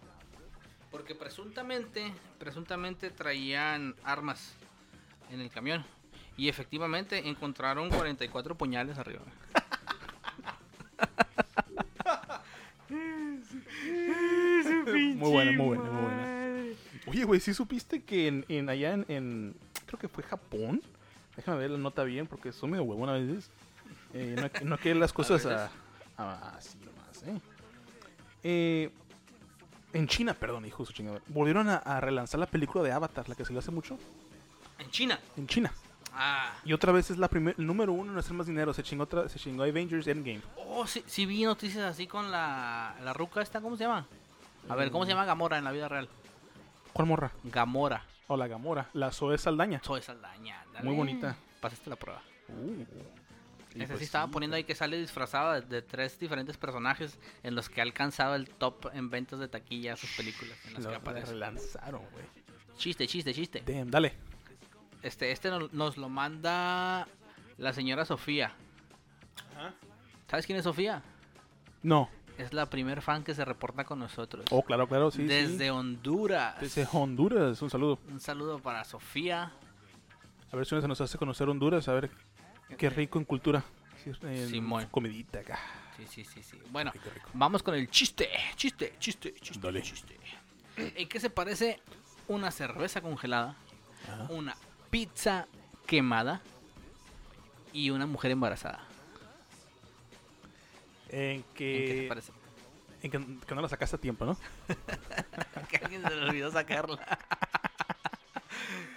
A: Porque presuntamente, presuntamente traían armas en el camión. Y efectivamente encontraron 44 puñales arriba.
B: Muy buena, muy buena, muy buena. Oye, güey, ¿sí supiste que en, en allá en, en- Creo que fue Japón. Déjame ver la nota bien porque son medio huevón a veces. Eh, no, [LAUGHS] que- no que las cosas a.
A: veces.
B: a- así nomás, ¿eh? Eh, En China, perdón, hijo de su chingada. Volvieron a, a relanzar la película de Avatar, la que se le hace mucho.
A: En China.
B: En China.
A: Ah.
B: Y otra vez es la primer, el número uno en hacer más dinero. Se chingó, otra- se chingó Avengers Endgame.
A: Oh, sí, sí vi noticias así con la, la ruca esta, ¿cómo se llama? A ver, ¿cómo se llama Gamora en la vida real?
B: ¿Cuál morra?
A: Gamora.
B: O la Gamora. La Zoe Saldaña. Uh,
A: Soy Saldaña. ándale.
B: Muy bonita.
A: Pasaste la prueba.
B: Y
A: Esa
B: pues
A: sí estaba
B: sí,
A: poniendo ahí que sale disfrazada de, de tres diferentes personajes en los que ha alcanzado el top en ventas de taquilla sus películas en las
B: Lo
A: que aparece.
B: relanzaron, güey.
A: Chiste, chiste, chiste.
B: Damn, dale.
A: Este, este no- nos lo manda la señora Sofía. ¿Sabes quién es Sofía?
B: No.
A: Es la primer fan que se reporta con nosotros.
B: Oh, claro, claro, sí. sí.
A: Desde Honduras.
B: Desde Honduras, un saludo.
A: Un saludo para Sofía.
B: A ver si se nos hace conocer Honduras, a ver qué rico en cultura. Sí, en
A: Simón.
B: Comidita acá.
A: Sí, sí, sí, sí. Bueno,
B: Rico, rico.
A: vamos con el chiste. Chiste, chiste, chiste,
B: Dale.
A: chiste. ¿En qué se parece una cerveza congelada,
B: Ajá.
A: una pizza quemada y una mujer embarazada?
B: En
A: ¿En qué se
B: que,
A: parece? [LAUGHS]
B: en que, que no la sacaste a tiempo, ¿no?
A: Que alguien se le olvidó sacarla.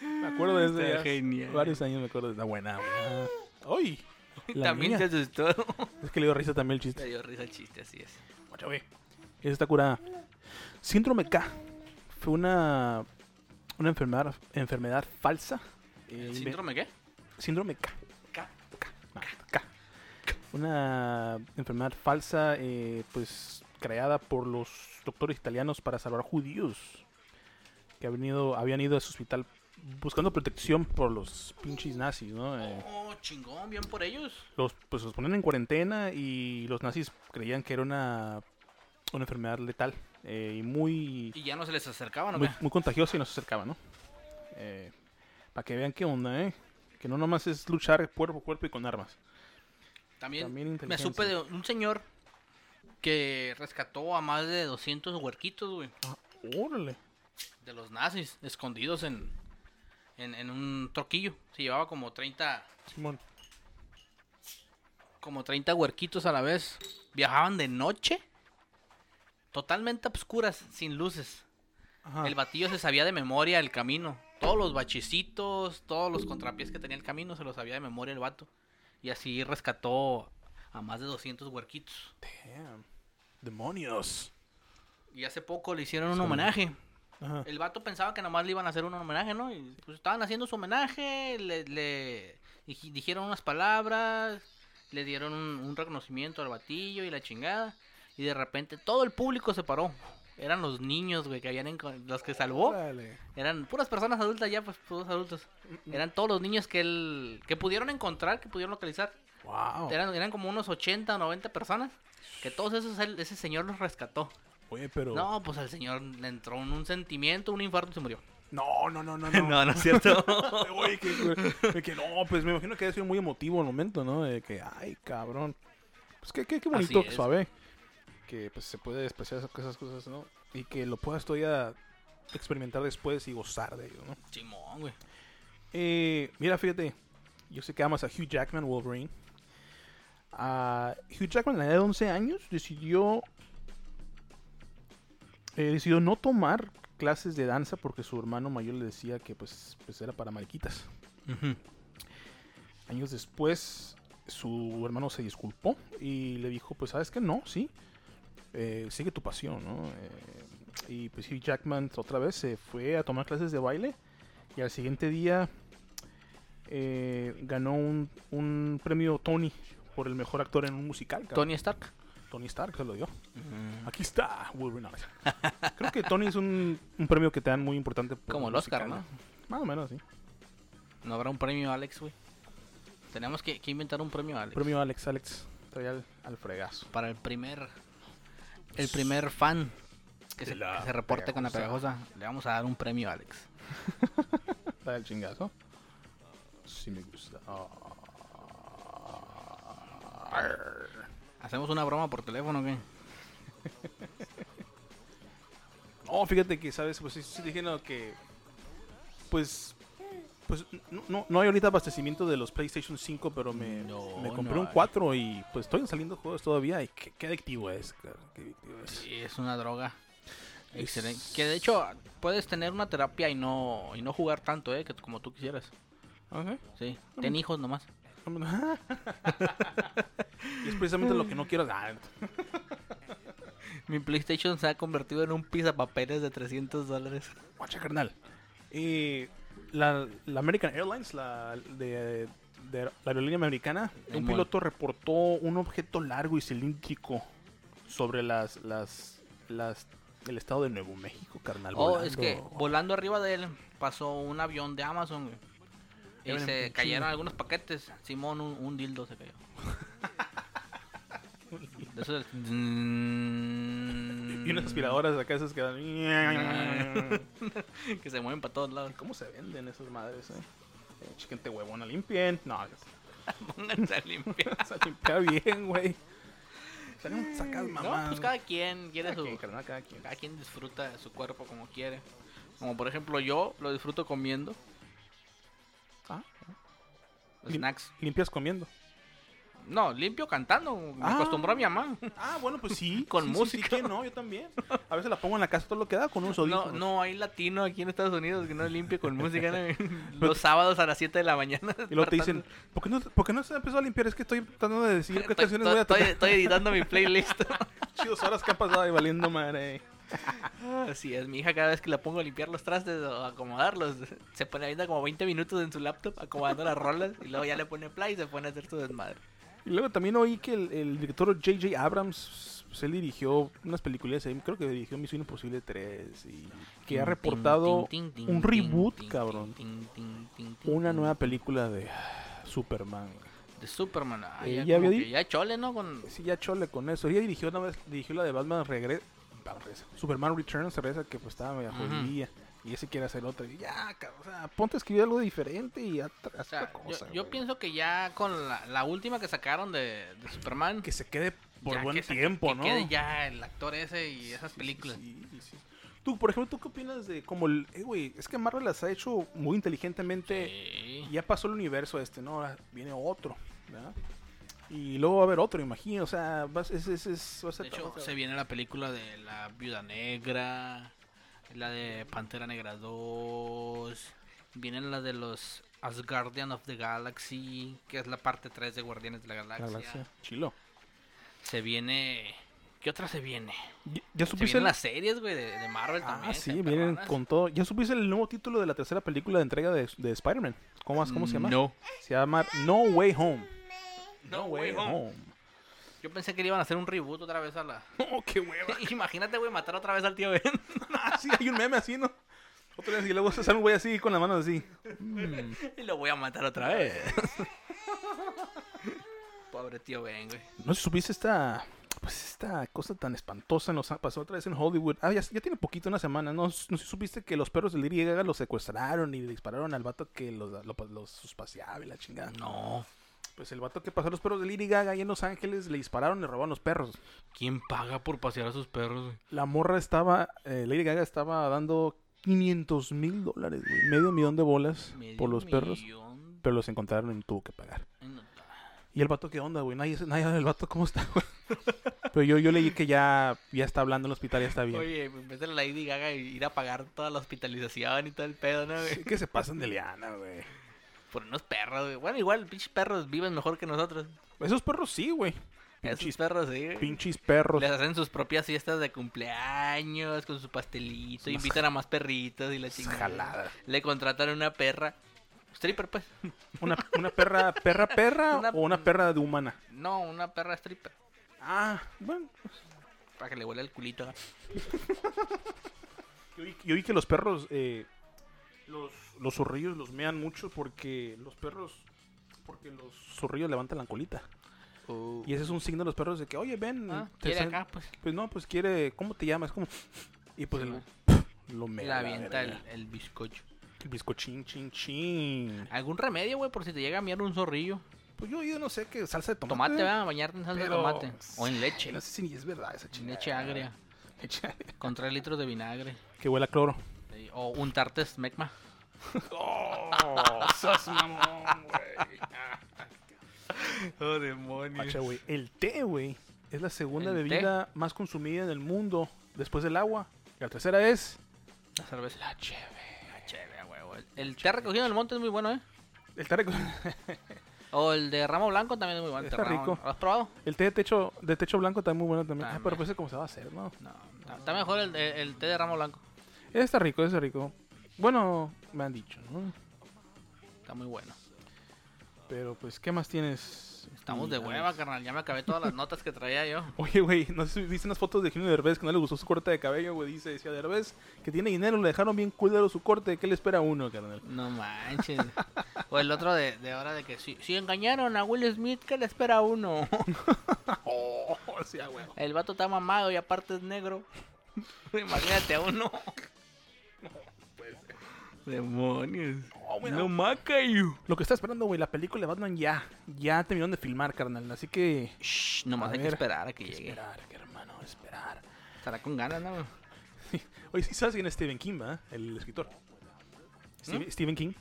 B: Me acuerdo de ese.
A: Está
B: ya
A: genial.
B: Varios años me acuerdo de esa buena. buena.
A: [LAUGHS]
B: ¡Uy! La
A: También
B: niña.
A: se asustó.
B: Es que le dio risa también el
A: Te
B: chiste.
A: dio risa el chiste, así es.
B: Oye, güey. Esa está curada. Síndrome K. Fue una, una enfermedad, enfermedad falsa. Eh,
A: ¿El síndrome qué?
B: síndrome K.
A: K.
B: Ah, K. Una enfermedad falsa, eh, pues creada por los doctores italianos para salvar judíos que habían ido, habían ido a su hospital buscando protección por los pinches nazis, ¿no? Eh,
A: Oh, chingón, bien por ellos.
B: los, pues los ponían en cuarentena y los nazis creían que era una, una enfermedad letal eh, y muy
A: Y ya no se les acercaban, ¿o
B: muy,
A: qué?
B: muy contagioso y nos acercaba, ¿no? Eh, para que vean qué onda, ¿eh? Que no nomás es luchar cuerpo a cuerpo y con armas.
A: También,
B: También
A: me
B: inteligencia.
A: supe de un señor que rescató a más de 200 huerquitos, güey,
B: Órale.
A: de los nazis, escondidos en, en, en un troquillo. Se llevaba como 30,
B: Simón.
A: como 30 huerquitos a la vez. Viajaban de noche, totalmente a obscuras, sin luces.
B: Ajá.
A: El batillo se sabía de memoria el camino. Todos los bachecitos, todos los contrapiés que tenía el camino, se los sabía de memoria el vato. Y así rescató a más de 200 huerquitos.
B: Damn. Demonios.
A: Y hace poco le hicieron un
B: Sí.
A: homenaje.
B: Ajá.
A: El vato pensaba que nomás le iban a hacer un homenaje, ¿no? Y pues estaban haciendo su homenaje, le, le dij- dijeron unas palabras, le dieron un, un reconocimiento al batillo y la chingada. Y de repente todo el público se paró. Eran los niños, güey, que habían encon- los que salvó.
B: Órale.
A: Eran puras personas adultas ya, pues puros adultos. Eran todos los niños que él que pudieron encontrar, que pudieron localizar.
B: Wow.
A: Eran, eran como unos 80 o 90 personas. Que todos esos él- ese señor los rescató.
B: Oye, pero.
A: No, pues al señor le entró un, un sentimiento, un infarto y se murió.
B: No, no, no, no.
A: [LAUGHS] No, no es [LAUGHS] cierto.
B: Oye, que, de que no, pues me imagino que ha sido muy emotivo el momento, ¿no? De que, ay, cabrón. Pues qué, qué, qué bonito,
A: Así es.
B: suave. Que pues se puede despreciar esas- esas cosas, ¿no? Y que lo puedas todavía experimentar después y gozar de ello, ¿no?
A: Simón, güey.
B: Eh, mira, fíjate. Yo sé que amas a Hugh Jackman, Wolverine. Ah, Hugh Jackman, a la edad de 11 años, decidió. eh, decidió no tomar clases de danza porque su hermano mayor le decía que pues, pues era para mariquitas. Años después, su hermano se disculpó y le dijo, pues sabes que no, sí. Eh, sigue tu pasión, ¿no? Eh, y pues Hugh Jackman otra vez se fue a tomar clases de baile y al siguiente día eh, ganó un, un premio Tony por el mejor actor en un musical. cabrón.
A: Tony Stark.
B: Tony Stark se lo dio.
A: Mm.
B: Aquí está Wolverine. [LAUGHS] Creo que Tony es un, un premio que te dan muy importante. por
A: Como
B: un
A: el Oscar,
B: musical,
A: ¿no?
B: Más o menos, sí.
A: No habrá un premio Alex, güey. Tenemos que, que inventar un premio Alex.
B: Premio Alex, Alex. Trae al, al fregazo.
A: Para el primer. El primer fan que se,
B: la
A: que se reporte con la pegajosa. Le vamos a dar un premio Alex.
B: Trae al chingazo. Sí me gusta. Ah.
A: ¿Hacemos una broma por teléfono o qué?
B: Oh, fíjate que, ¿sabes? Pues sí, sí dijeron que. Pues. Pues no- no, no hay ahorita abastecimiento de los PlayStation 5, pero me,
A: No,
B: me compré
A: no
B: un
A: hay.
B: 4 y pues estoy saliendo juegos todavía. Y qué, qué adictivo es, claro, qué adictivo es.
A: Sí, es una droga.
B: Es-
A: Excelente. Que de hecho puedes tener una terapia y no y no jugar tanto, eh, que como tú quisieras. Sí, ten hijos nomás.
B: Y es precisamente lo que no quiero. Ah,
A: [LAUGHS] Mi PlayStation se ha convertido en un pizapapeles de 300 dólares.
B: guacha, carnal. Eh, la, la American Airlines, la de, de la aerolínea americana, un
A: Limón.
B: piloto reportó un objeto largo y cilíndrico sobre las las las el estado de Nuevo México, carnal.
A: Oh, es que
B: volando.
A: volando arriba de él pasó un avión de Amazon, güey.
B: Ya
A: Y
B: ven,
A: se
B: pinche.
A: cayeron algunos paquetes. Simón, un, un dildo se [LAUGHS] cayó. De esos [LAUGHS] del-
B: y unas aspiradoras acá esas que
A: [LAUGHS]
B: dan.
A: que se mueven para todos lados. [LAUGHS]
B: ¿Cómo se venden esas madres, eh? Eh, Chiquente huevona, limpien. No, [LAUGHS]
A: Pónganse a limpiar.
B: se limpia bien, güey. Salen sacas mamá.
A: No, pues cada quien quiere su.
B: quien, carnal, cada quien.
A: Cada quien disfruta de su cuerpo como quiere. Como por ejemplo yo lo disfruto comiendo.
B: Ah,
A: Snacks.
B: limpias comiendo.
A: No, limpio cantando. Me
B: Ah.
A: acostumbró a mi
B: [LAUGHS]
A: mamá.
B: Ah, bueno, pues sí.
A: [LAUGHS] Con
B: sí, sí,
A: música.
B: sí, ¿quién no, yo también. A veces la pongo en la casa todo lo que da con un
A: No,
B: audífonos.
A: no, hay latino aquí en Estados Unidos que no limpie con música.
B: [LAUGHS]
A: ¿no? Los sábados a las 7 de la mañana.
B: Y luego te dicen,
A: tratando-
B: ¿por qué no, por qué no se empezó a limpiar? Es que estoy tratando de decidir qué
A: Estoy,
B: canciones voy a
A: estoy-
B: tocar.
A: estoy editando mi playlist.
B: [LAUGHS] Chidos horas que han pasado ahí valiendo madre.
A: Así es, mi hija cada vez que la pongo a limpiar los trastes o a acomodarlos, se pone ahí como 20 minutos en su laptop acomodando las rolas y luego ya le pone play y se pone a hacer su desmadre.
B: Y luego también oí que el, el director J.J. Abrams, pues, él dirigió unas películas ahí, creo que dirigió Misión Imposible 3 y que ha reportado
A: Tin, tin, tin,
B: un
A: tin,
B: reboot,
A: tin,
B: cabrón.
A: tin, tin, tin, tin,
B: una
A: tin,
B: nueva película de Superman.
A: De Superman. Ah,
B: Eh,
A: ya,
B: ya
A: como
B: había
A: que
B: di-
A: ya chole, ¿no? Con...
B: pues Sí, ya chole con eso. Ella dirigió una vez, dirigió la de Batman Regre- Batman Regresa. Superman Returns regresa que pues estaba media
A: Ujú.
B: jodida. Y ese quiere hacer otra. Y ya, cabrón, o sea, ponte a escribir algo diferente y haz haz
A: O sea,
B: otra cosa.
A: yo, yo
B: güey.
A: pienso que ya con la, la última que sacaron de, de Superman.
B: que se quede por
A: ya
B: buen
A: que sa-
B: tiempo,
A: que
B: ¿no?
A: quede ya el actor ese y esas
B: Sí, sí,
A: películas.
B: sí, sí, sí. Tú, por ejemplo, ¿tú qué opinas de como el, eh, güey, es que Marvel las ha hecho muy inteligentemente.
A: Sí.
B: Ya pasó el universo este, ¿no? Ahora viene otro, ¿verdad? Y luego va a haber otro, imagino. O sea, vas, es, es, es- vas a
A: De
B: vas
A: hecho,
B: a-
A: se viene la película de la Viuda Negra, la de Pantera Negra 2, vienen las de los Asgardian of the Galaxy, que es la parte 3 de Guardianes de la
B: la
A: Galaxia.
B: galaxia. Chilo.
A: Se viene... ¿Qué otra se viene?
B: ¿Ya, ya
A: Se
B: supiste?
A: vienen
B: el-
A: las series, güey, de, de Marvel también.
B: Ah, sí,
A: están
B: vienen
A: perronas.
B: con todo. ¿Ya supiste el nuevo título de la tercera película de entrega de, de Spider-Man? ¿Cómo, es- ¿Cómo se llama?
A: No.
B: Se llama No Way Home.
A: No, güey. Yo pensé que le iban a hacer un reboot otra vez a la...
B: [LAUGHS]
A: [LAUGHS]
B: Oh, qué hueva.
A: Imagínate, güey, matar otra vez al tío Ben. [LAUGHS]
B: Así hay un meme así, ¿no? Otra vez y luego se sale un güey así con las manos así.
A: y lo voy a matar otra vez. [LAUGHS] Pobre tío Ben, güey.
B: No sé si supiste esta, pues esta cosa tan espantosa nos pasó otra vez en Hollywood. Ah, ya, ya tiene poquito, una semana. No, s- no sé si supiste que los perros de Lady Gaga los secuestraron y le dispararon al vato que los, lo- los suspaciaba y la chingada.
A: No.
B: Pues el vato que pasó a los perros de Lady Gaga ahí en Los Ángeles le dispararon y le robaron los perros.
A: ¿Quién paga por pasear a sus perros, güey?
B: La morra estaba, eh, Lady Gaga estaba dando 500 mil dólares, güey. Medio millón de bolas por los perros. Pero los encontraron y tuvo que pagar. ¿Y el vato qué onda, güey? Nadie, nadie sabe el vato cómo está,
A: [LAUGHS]
B: güey. Pero yo, yo leí que ya, ya está hablando en el hospital, ya está bien.
A: Oye, en vez de la Lady Gaga y ir a pagar toda la hospitalización y todo el pedo, ¿no, güey?
B: Sí que se pasan de liana, güey.
A: Por unos perros, güey. Bueno, igual, pinches perros viven mejor que nosotros.
B: Esos perros sí, güey.
A: Esos
B: Pinches,
A: perros, sí, güey.
B: pinches perros.
A: Les hacen sus propias fiestas de cumpleaños con su pastelito, invitan a más perritos
B: pues,
A: y la chingada.
B: jaladas.
A: Le contrataron una perra. Stripper, pues.
B: Una, una perra, perra,
A: [LAUGHS]
B: perra
A: Una-
B: o una perra de humana.
A: No, una perra stripper.
B: Ah, bueno.
A: Para que le huela el culito. ¿no?
B: Yo vi, yo vi que los perros, eh, los, los zorrillos los mean mucho porque los perros, porque los zorrillos levantan la colita. Y ese es un signo de los perros de que, oye, ven.
A: Ah,
B: te
A: quiere
B: están-
A: acá, pues.
B: Pues no, pues quiere, ¿cómo te llamas? ¿Cómo? Y pues
A: Sí,
B: el-
A: man.
B: lo
A: Le
B: mea la
A: avienta el,
B: verga.
A: el bizcocho.
B: el bizcochín, chin, chin.
A: ¿Algún remedio, güey, por si te llega a miar un zorrillo?
B: Pues yo, yo no sé qué salsa de tomate.
A: Tomate, ¿verdad? Bañarte en salsa
B: Pero-
A: de tomate. O en leche.
B: No sé si ni es verdad esa
A: En
B: chingada.
A: leche agria.
B: Leche agria.
A: Con 3 litros de vinagre.
B: Que huela a cloro.
A: Eh, O untarte smegma.
B: [LAUGHS] Oh, sos mamón, güey.
A: Oh, demonios.
B: Guacha, güey. El té, güey, es la segunda
A: ¿El té?
B: bebida más consumida en el mundo después del agua. La tercera es
A: La cerveza.
B: la cheve.
A: La chévere, güey, güey. El té recogido en el monte es muy bueno, ¿eh?
B: El té, rico-
A: O el de ramo blanco también es muy bueno.
B: Está
A: Te ramo-
B: rico.
A: ¿Lo has probado?
B: [LAUGHS] el té de techo, de techo blanco está muy bueno también. Ah,
A: También.
B: pero pues cómo se va a hacer, ¿no?
A: No. Está, está mejor el, de- el té de ramo blanco.
B: Está rico, está rico. Bueno, me han dicho, ¿no?
A: Está muy bueno.
B: Pero pues, ¿qué más tienes?
A: Estamos de
B: Mira,
A: hueva, carnal. Ya me acabé todas las notas que traía yo.
B: Oye, güey, [LAUGHS] no sé si viste unas fotos de Eugenio Derbez que no le gustó su corte de cabello, güey. Dice, decía Derbez que tiene dinero, le dejaron bien culero su corte. ¿Qué le espera a uno, carnal?
A: No manches. O el otro de, de ahora de que si, si engañaron a Will Smith, ¿qué le espera a uno?
B: [LAUGHS] Oh, o sea, güey.
A: El vato está mamado y aparte es negro. [LAUGHS] Imagínate a
B: [LAUGHS]
A: uno. Demonios.
B: No
A: maca you.
B: Lo que está esperando, güey, la película de Batman ya. Ya terminaron de filmar, carnal. Así que.
A: Shh, nomás
B: A
A: hay que
B: ver,
A: esperar a que
B: hay que
A: llegue.
B: esperar, que hermano, esperar.
A: Estará con ganas, ¿no? ¿Mm?
B: Oye, sí sabes quién es Stephen King, ¿verdad? El escritor. Steve- Stephen King.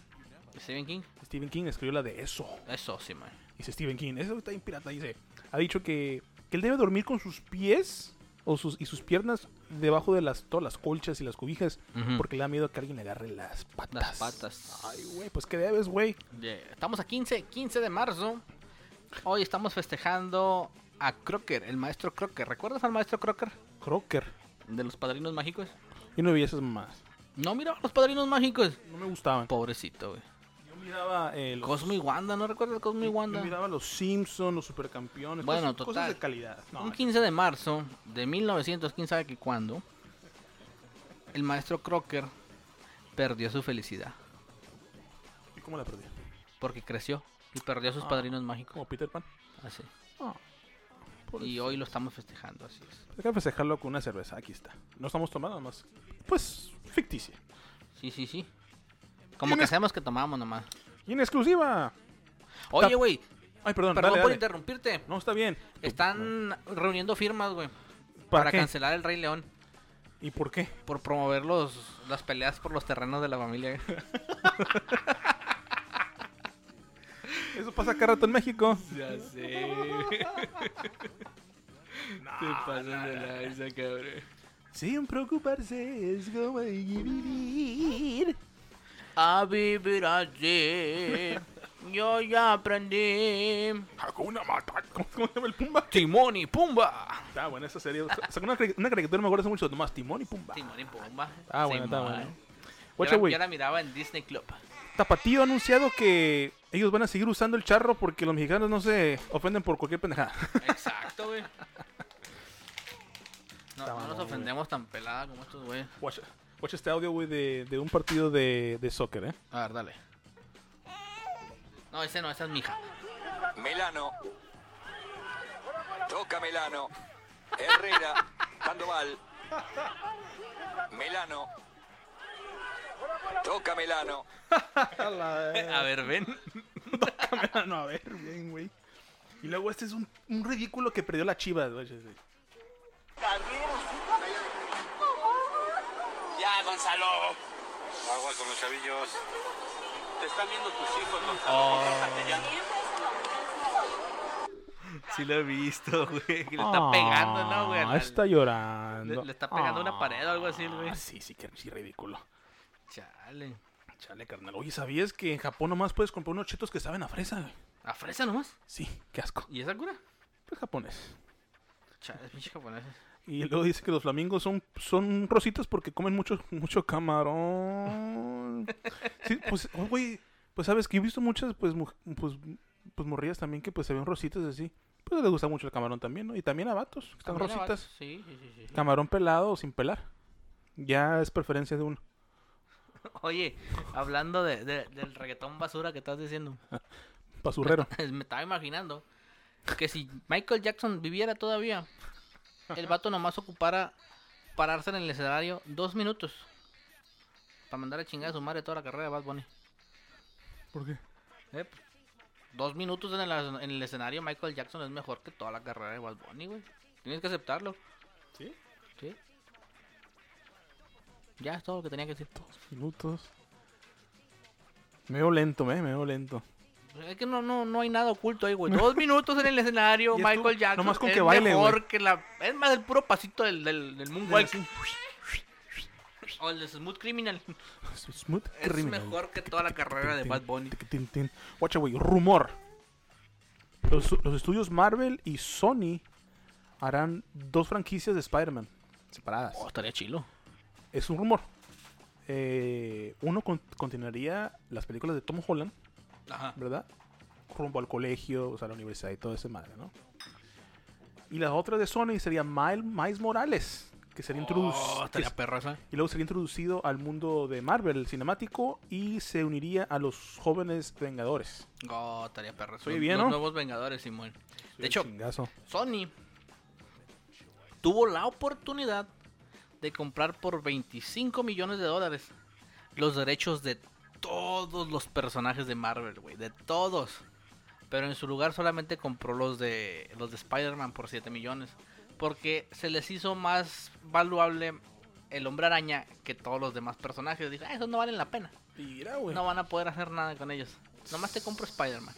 A: Stephen King.
B: Stephen King escribió la de eso.
A: Eso sí, man.
B: Dice Stephen King. Eso está bien pirata. Dice, ha dicho que, que él debe dormir con sus pies o sus, y sus piernas debajo de las, todas las colchas y las cobijas
A: Ujú.
B: porque le da miedo que alguien le agarre las patas.
A: Las patas.
B: Ay, güey, pues qué debes, güey.
A: De- Estamos a 15, 15 de marzo. Hoy estamos festejando a Crocker, el maestro Crocker. ¿Recuerdas al maestro Crocker?
B: Crocker.
A: De los padrinos mágicos.
B: Yo no vi esas más.
A: No miraba los padrinos mágicos.
B: No me gustaban.
A: Pobrecito, güey.
B: Yo miraba eh, los,
A: Cosmo y Wanda, ¿no recuerdas Cosmo y
B: yo
A: Wanda?
B: miraba los Simpsons, los supercampeones.
A: Bueno,
B: cosas, cosas
A: total.
B: de calidad. No,
A: Un 15 de marzo de 1900, quién sabe que cuándo, el maestro Crocker perdió su felicidad
B: ¿y ¿Cómo la perdí?
A: porque creció y perdió a sus
B: Ah.
A: padrinos mágicos.
B: Como Peter Pan.
A: Así.
B: Ah,
A: Y
B: pobrecito.
A: hoy lo estamos festejando, así es.
B: Hay que festejarlo con una cerveza. Aquí está. No estamos tomando nada más. Pues ficticia.
A: Sí, sí, sí. Como que sabemos que tomamos nomás.
B: Y en exclusiva.
A: Oye, güey,
B: Ay, perdón,
A: perdón por
B: dale, dale.
A: interrumpirte.
B: No, está bien.
A: Están reuniendo firmas, güey,
B: ¿Para,
A: para
B: qué?
A: cancelar el Rey León
B: ¿Y por qué?
A: por promover los, las peleas por los terrenos de la familia. güey.
B: Eso pasa cada rato en México.
G: Ya
B: [LAUGHS]
G: sé. Te pasas de lanza, cabrón.
B: Sin preocuparse es como vivir.
A: A vivir así. Yo ya aprendí.
B: Hakuna Matata. ¿Cómo, cómo se llama el Pumba?
A: Timón y Pumba.
B: Está bueno, esa serie. Sacó una, cari- una caricatura, me acuerdo hace mucho, nomás Timón y Pumba.
A: Timón y Pumba.
B: Ah, bueno, está
A: Simón.
B: bueno.
A: Yo
B: Guacha,
A: la-
B: güey.
A: Yo la miraba en Disney Club.
B: Tapatío ha anunciado que ellos van a seguir usando el charro porque los mexicanos no se ofenden por cualquier [LAUGHS] pendejada.
A: Exacto, güey. No, no
B: mamón,
A: nos
B: güey.
A: ofendemos tan pelada como estos, güey.
B: Guacha, guacha este audio, güey, de, de un partido de, de soccer, ¿eh?
A: A ver, dale. No, ese no, esa es mi hija.
H: Melano. Toca Melano. Herrera. Sandoval. Melano. Toca Melano.
A: A ver, [LAUGHS] ven.
B: Ah, no, a ver, bien, güey. Y luego este es un, un ridículo que perdió la chiva, güey.
H: Ya, Gonzalo. Agua con los chavillos. Te están viendo tus hijos, Gonzalo.
G: Sí lo he visto, güey.
A: Le está pegando, ¿no, güey?
B: Ah,
A: Al-
B: está llorando.
A: Le, le está pegando una pared o algo así, güey.
B: Ah, sí, sí, que sí, ridículo.
A: Chale.
B: Chale, carnal. Oye, ¿sabías que en Japón nomás puedes comprar unos chetos que saben a fresa? güey?
A: ¿A fresa nomás?
B: Sí, qué asco.
A: ¿Y esa cura?
B: Pues japonés.
A: Chale, pinche japoneses.
B: Y luego dice que los flamingos son, son rositas porque comen mucho, mucho camarón. Sí, pues, oh, güey, pues sabes que he visto muchas, pues, mu- pues, pues morrillas también que pues se ven rositas así. Pues les gusta mucho el camarón también, ¿no? Y también a vatos, que están
A: También a
B: rositas.
A: vatos, Sí, sí, sí. sí.
B: Camarón pelado o sin pelar. Ya es preferencia de uno.
A: [LAUGHS] Oye, hablando de- de- del reggaetón basura que estás diciendo. [LAUGHS]
B: Basurrero.
A: Me estaba imaginando que si Michael Jackson viviera todavía, el vato nomás ocupara pararse en el escenario dos minutos para mandar a chingar a su madre toda la carrera de Bad Bunny.
B: [LAUGHS] ¿Por qué?
A: Eh, pues, Dos minutos en el, en el escenario Michael Jackson es mejor que toda la carrera de Bad Bunny, güey. Tienes que aceptarlo.
B: ¿Sí?
A: Sí. Ya es todo lo que tenía que decir.
B: Minutos. Me veo lento, eh, me veo lento.
A: Pues, Es que no, no, no hay nada oculto ahí, güey. Dos minutos en el escenario,
B: [LAUGHS] Y
A: Michael
B: estuvo-
A: Jackson.
B: nomás con
A: es
B: que baile,
A: mejor
B: güey.
A: que la. Es más el puro pasito del, del, del Moonwalk.
B: Así.
A: O el de Smooth Criminal.
B: Smooth
A: Es
B: criminal.
A: mejor que toda la carrera de Bad Bunny.
B: Tin, tin. Guacha, güey, rumor. Los, los estudios Marvel y Sony harán dos franquicias de Spider-Man separadas.
A: [LAUGHS] Oh, estaría chilo.
B: Es un rumor. Eh, uno con- continuaría las películas de Tom Holland,
A: Ajá.
B: ¿verdad? Rumbo al colegio, o sea, a la universidad y todo ese madre, ¿no? Y la otra de Sony sería Miles, Miles Morales, que sería
A: Oh,
B: introducido.
A: estaría perra esa.
B: Y luego sería introducido al mundo de Marvel cinemático y se uniría a los jóvenes Vengadores.
A: Oh, estaría perra.
B: Estoy
A: Son
B: bien,
A: los
B: ¿no?
A: nuevos Vengadores, Simón. De hecho,
B: Chingazo.
A: Sony tuvo la oportunidad de comprar por 25 millones de dólares los derechos de todos los personajes de Marvel, güey, de todos. Pero en su lugar solamente compró los de los de Spider-Man por 7 millones, porque se les hizo más valuable el hombre araña que todos los demás personajes. Dije, ah, esos no valen la pena.
B: Mira, güey.
A: No van a poder hacer nada con ellos. Nomás te compro Spider-Man.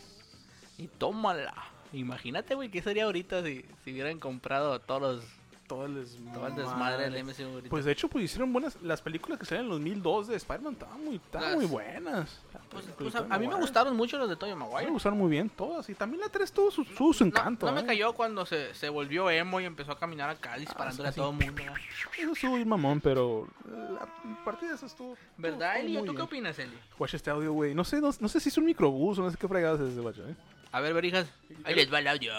A: Y tómala. Imagínate, güey, qué sería ahorita si, si hubieran comprado todos los,
B: Todo el desmadre.
A: todo el desmadre del MCU ahorita.
B: Pues de hecho, pues hicieron buenas. Las películas que salieron en los 2002 de Spider-Man estaban muy, estaban
A: Las-
B: muy buenas.
A: Pues,
B: Las
A: pues,
B: películas
A: a, a mí me
B: buenas.
A: gustaron mucho los de Tobey
B: A mí
A: Maguire.
B: me gustaron muy bien todas. Y también la 3 tuvo su, su, su
A: No,
B: encanto.
A: no me
B: ¿eh? Ah,
A: cayó cuando se, se volvió emo y empezó a caminar acá disparándole a
B: así.
A: todo el mundo. ¿verdad?
B: Eso estuvo bien mamón, pero la partida esa estuvo.
A: ¿Verdad,
B: estuvo
A: Eli?
B: muy
A: ¿Tú qué
B: bien.
A: opinas, Eli?
B: Guacha este audio, güey. No sé, no, no sé si es un microbús o no sé qué fregadas es ese guacho, ¿eh?
A: A ver, Berijas. Ahí les va el audio.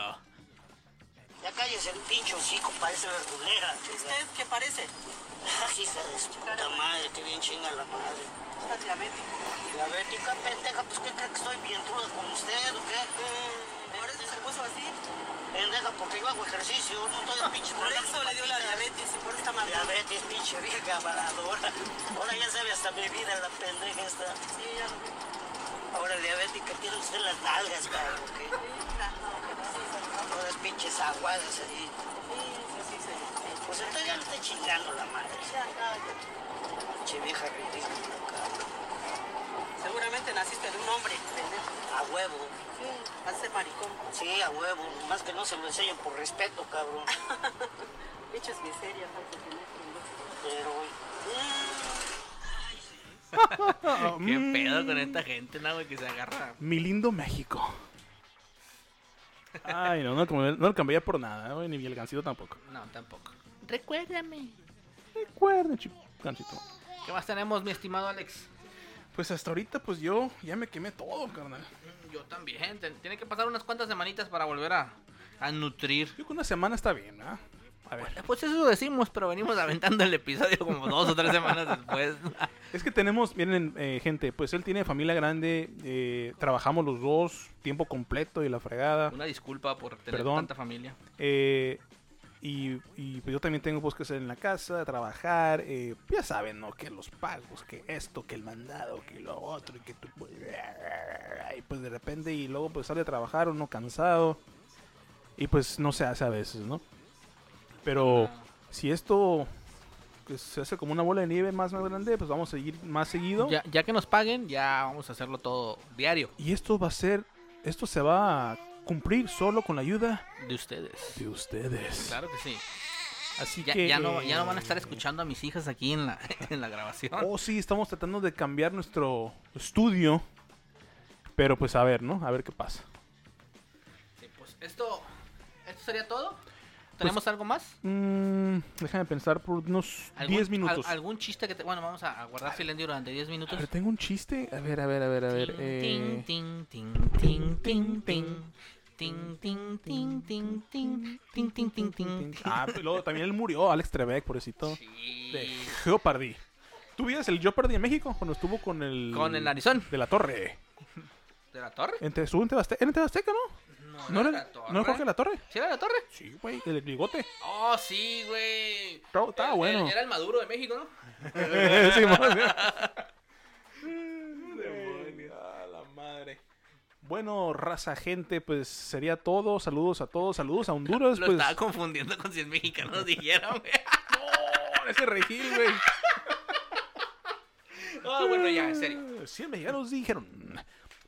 I: Ya calles el pincho chico, parece verdulera.
F: ¿Usted qué parece?
I: Hija de su puta madre, qué bien chinga la madre.
F: Una diabética.
I: Diabética pendeja, pues qué cree que estoy vientuda con usted o qué?
F: Por eso se puso así.
I: Pendeja, porque yo hago ejercicio, no estoy de pinche
F: Por eso le dio la diabetes y por eso está mal.
I: Diabetes, pinche vieja varadora. Ahora ya sabe hasta mi vida la pendeja esta. Sí, ya. Ahora diabética tiene usted las nalgas, cabrón, ¿qué? Todas pinches aguadas ahí. Pues entonces ya no está chingando la madre. Che vieja ridícula, cabrón.
F: Seguramente naciste de un hombre.
I: A huevo.
F: Vas a ser maricón.
I: Sí, a huevo. Más que no se lo enseñen por respeto,
F: [LAUGHS]
I: cabrón.
F: Hechos miserias antes de tener que
I: Pero... mm,
B: Oh,
A: ¿Qué pedo
B: mm.
A: con esta gente, no, güey, que se agarra?
B: Mi lindo México. [LAUGHS] Ay, no, no, como- no lo cambiaría por nada, güey, ni el gancito tampoco.
A: No, tampoco.
E: Recuérdame.
B: Recuerden, chico, gancito.
A: ¿Qué más tenemos, mi estimado Alex?
B: Pues hasta ahorita, pues yo ya me quemé todo, carnal.
A: Yo también. Te- Tiene que pasar unas cuantas semanitas para volver a, a nutrir.
B: Yo con una semana está bien, ¿ah? A ver.
A: Pues eso decimos, pero venimos [LAUGHS] aventando el episodio como dos o tres semanas después.
B: Es que tenemos, miren, eh, gente, pues él tiene familia grande, eh, trabajamos los dos, tiempo completo y la fregada.
A: [LAUGHS] Una disculpa por tener
B: Perdón.
A: tanta familia.
B: Eh, y, y, pues yo también tengo pues, que hacer en la casa, trabajar, eh, ya saben, ¿no? Que los pagos, que esto, que el mandado, que lo otro, y que tú... pues, Y pues de repente, y luego pues sale a trabajar uno cansado, y pues no se hace a veces, ¿no? Pero si esto pues, se hace como una bola de nieve más, más grande, pues vamos a seguir más seguido.
A: Ya, ya que nos paguen, ya vamos a hacerlo todo diario
B: Y esto va a ser, esto se va a cumplir solo con la ayuda
A: de ustedes.
B: de ustedes.
A: Claro que sí.
B: Así
A: Ya,
B: que...
A: ya no, ya no van a
B: eh,
A: estar escuchando a mis hijas aquí en la, [LAUGHS] en la grabación.
B: Oh, sí, estamos tratando de cambiar nuestro estudio. Pero pues a ver, ¿no? A ver qué pasa.
A: Sí, pues esto, esto sería todo.
B: Pues,
A: ¿Tenemos algo más?
B: Mm, déjame pensar por unos
A: ¿Algún-
B: 10 minutos.
A: al- ¿Algún chiste que te... Bueno, vamos a a guardar silencio durante 10
B: A
A: minutos.
B: ver, tengo un chiste. A ver, a ver, a ver, a ver. eh,
A: Ting, ting, ting, ting, ting, ting. Ting, ting, ting, ting, ting. Ting, ting, ting, ting.
B: Ah, pero luego también él murió, Alex Trebek, pobrecito. De
A: Sí.
B: Jeopardy. ¿Tú vives el Jeopardy en México cuando estuvo con el...
A: Con el narizón.
B: De la torre.
A: ¿De la torre?
B: Entre, estuvo en Tebaste- ¿Era en Tebasteca, no? ¿No era, ¿no era Jorge de la torre?
A: ¿Sí era de la torre?
B: Sí, güey. El bigote.
A: Oh, sí, güey.
B: Estaba- estaba
A: Era-
B: bueno.
A: Era el Maduro de México, ¿no?
B: la madre. Bueno, raza gente, pues sería todo. Saludos a todos, saludos
A: [LAUGHS]
B: a Honduras,
A: Lo
B: pues.
A: estaba confundiendo con si es mexicano, [LAUGHS] dijeron,
B: [LAUGHS]
A: güey.
B: ¡Oh, ese regil, güey.
A: Ah, bueno, ya, en serio.
B: Sí, mexicanos dijeron.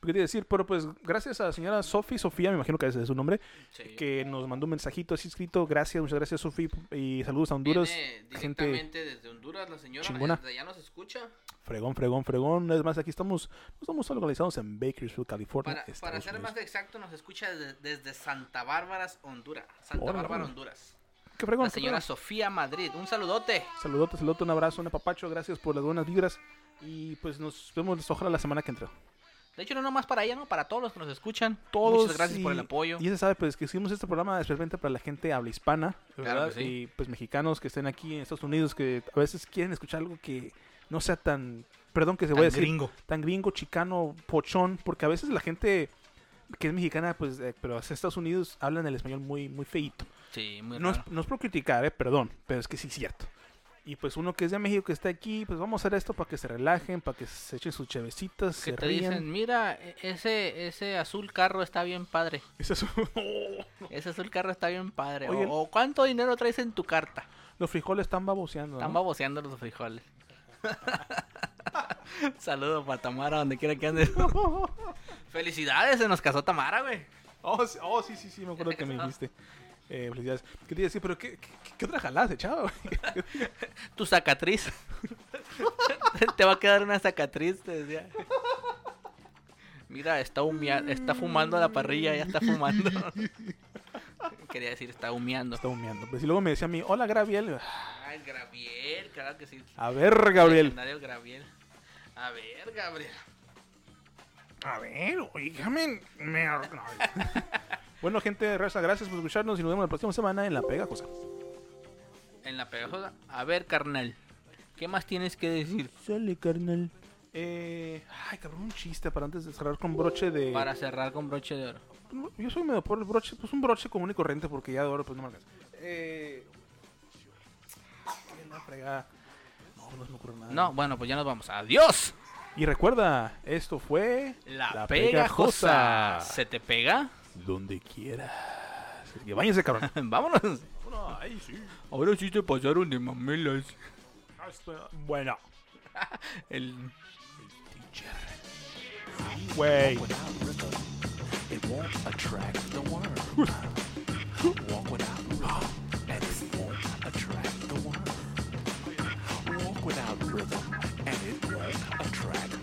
B: ¿Qué quería decir? Pero pues gracias a la señora Sofi, Sofía, me imagino que ese es su nombre,
A: Sí.
B: que nos mandó un mensajito así escrito. Gracias, muchas gracias Sofi y saludos a Honduras.
A: Viene
B: Gente
A: directamente desde Honduras, la señora.
B: chingona.
A: Desde allá nos escucha.
B: fregón, fregón, fregón. Es más, aquí estamos, no estamos localizados en Bakersfield, California.
A: Para, para
B: Estados
A: ser
B: Unidos.
A: más exacto, nos escucha desde, desde Santa Bárbara, Honduras. Santa
B: Órale,
A: Bárbara,
B: órale.
A: Honduras.
B: Qué fregón,
A: La
B: qué
A: señora
B: fregón.
A: Sofía Madrid. Un saludote.
B: Saludote, saludote, un abrazo, un apapacho. Gracias por las buenas vibras. Y pues nos vemos, ojalá, la semana que entra.
A: De hecho, no nomás para ella, ¿no? Para todos los que nos escuchan.
B: Todos.
A: Muchas gracias por el
B: y-
A: apoyo.
B: Y ya se sabe, pues que hicimos este programa especialmente para la gente habla hispana, ¿verdad?
A: que sí.
B: Y pues mexicanos que estén aquí en Estados Unidos que a veces quieren escuchar algo que no sea tan. Perdón que se voy a decir. Tan gringo, chicano, pochón. Porque a veces la gente que es mexicana, pues, eh, pero hacia Estados Unidos hablan el español muy, muy feíto.
A: Sí, muy
B: No es,
A: raro.
B: no es por criticar, eh, perdón, pero es que sí es cierto. Y pues uno que es de México que está aquí, pues vamos a hacer esto para que se relajen, para que se echen sus chevecitas,
A: Que
B: se
A: te
B: ríen. [LAUGHS]
A: dicen, mira, e- ese, ese azul carro está bien padre.
B: Ese es- oh,
A: Ese azul carro está bien padre.
B: Oye, ¿Ah?
A: o, o, cuánto dinero traes en tu carta.
B: Los frijoles están baboseando.
A: Están
B: ¿no?
A: baboseando los
B: [LAUGHS]
A: frijoles. Saludos para Tamara, donde quiera que
B: [LAUGHS]
A: ande. Felicidades, se nos casó Tamara, güey.
B: Oh, sí, oh, sí, sí, sí, me acuerdo que me dijiste. Eh, felicidades. ¿Qué te iba a decir? ¿Pero qué, qué, qué otra jalada se [LAUGHS] echaba, güey?
A: Tu sacatriz. [LAUGHS] Te va a quedar una sacatriz, te decía. Mira, está humea- está fumando a la parrilla, ya está [LAUGHS] fumando. Quería decir, está humeando.
B: Está humeando. Pues, y luego me decía a mí, hola, Gabriel.
A: Ah, el Graviel, claro que sí.
B: A ver, Gabriel.
A: Legendario Graviel. A ver, Gabriel.
B: A ver, oígame. me- [LAUGHS] no. bueno, gente, raza, gracias por escucharnos y nos vemos la próxima semana en La Pegajosa.
A: En la pegajosa. A ver, carnal. ¿Qué más tienes que decir?
B: Sale, carnal. Eh, ay, cabrón, un chiste para antes de cerrar con broche de...
A: Para cerrar con broche de oro.
B: Yo soy medio por el broche, pues un broche común y corriente porque ya de oro pues no me alcanza. Eh... qué la fregada. No, no se me ocurre nada.
A: No, bueno, pues ya nos vamos. ¡Adiós!
B: Y recuerda, esto fue...
A: La, pegajosa. ¿Se te pega? [LAUGHS]
B: Donde quieras. Que bañese, cabrón.
A: Vámonos.
B: ay, sí.
A: Ahora sí te pasaron de mamelas.
B: Bueno.
A: El
B: Güey.
J: Walk without rhythm, and it won't attract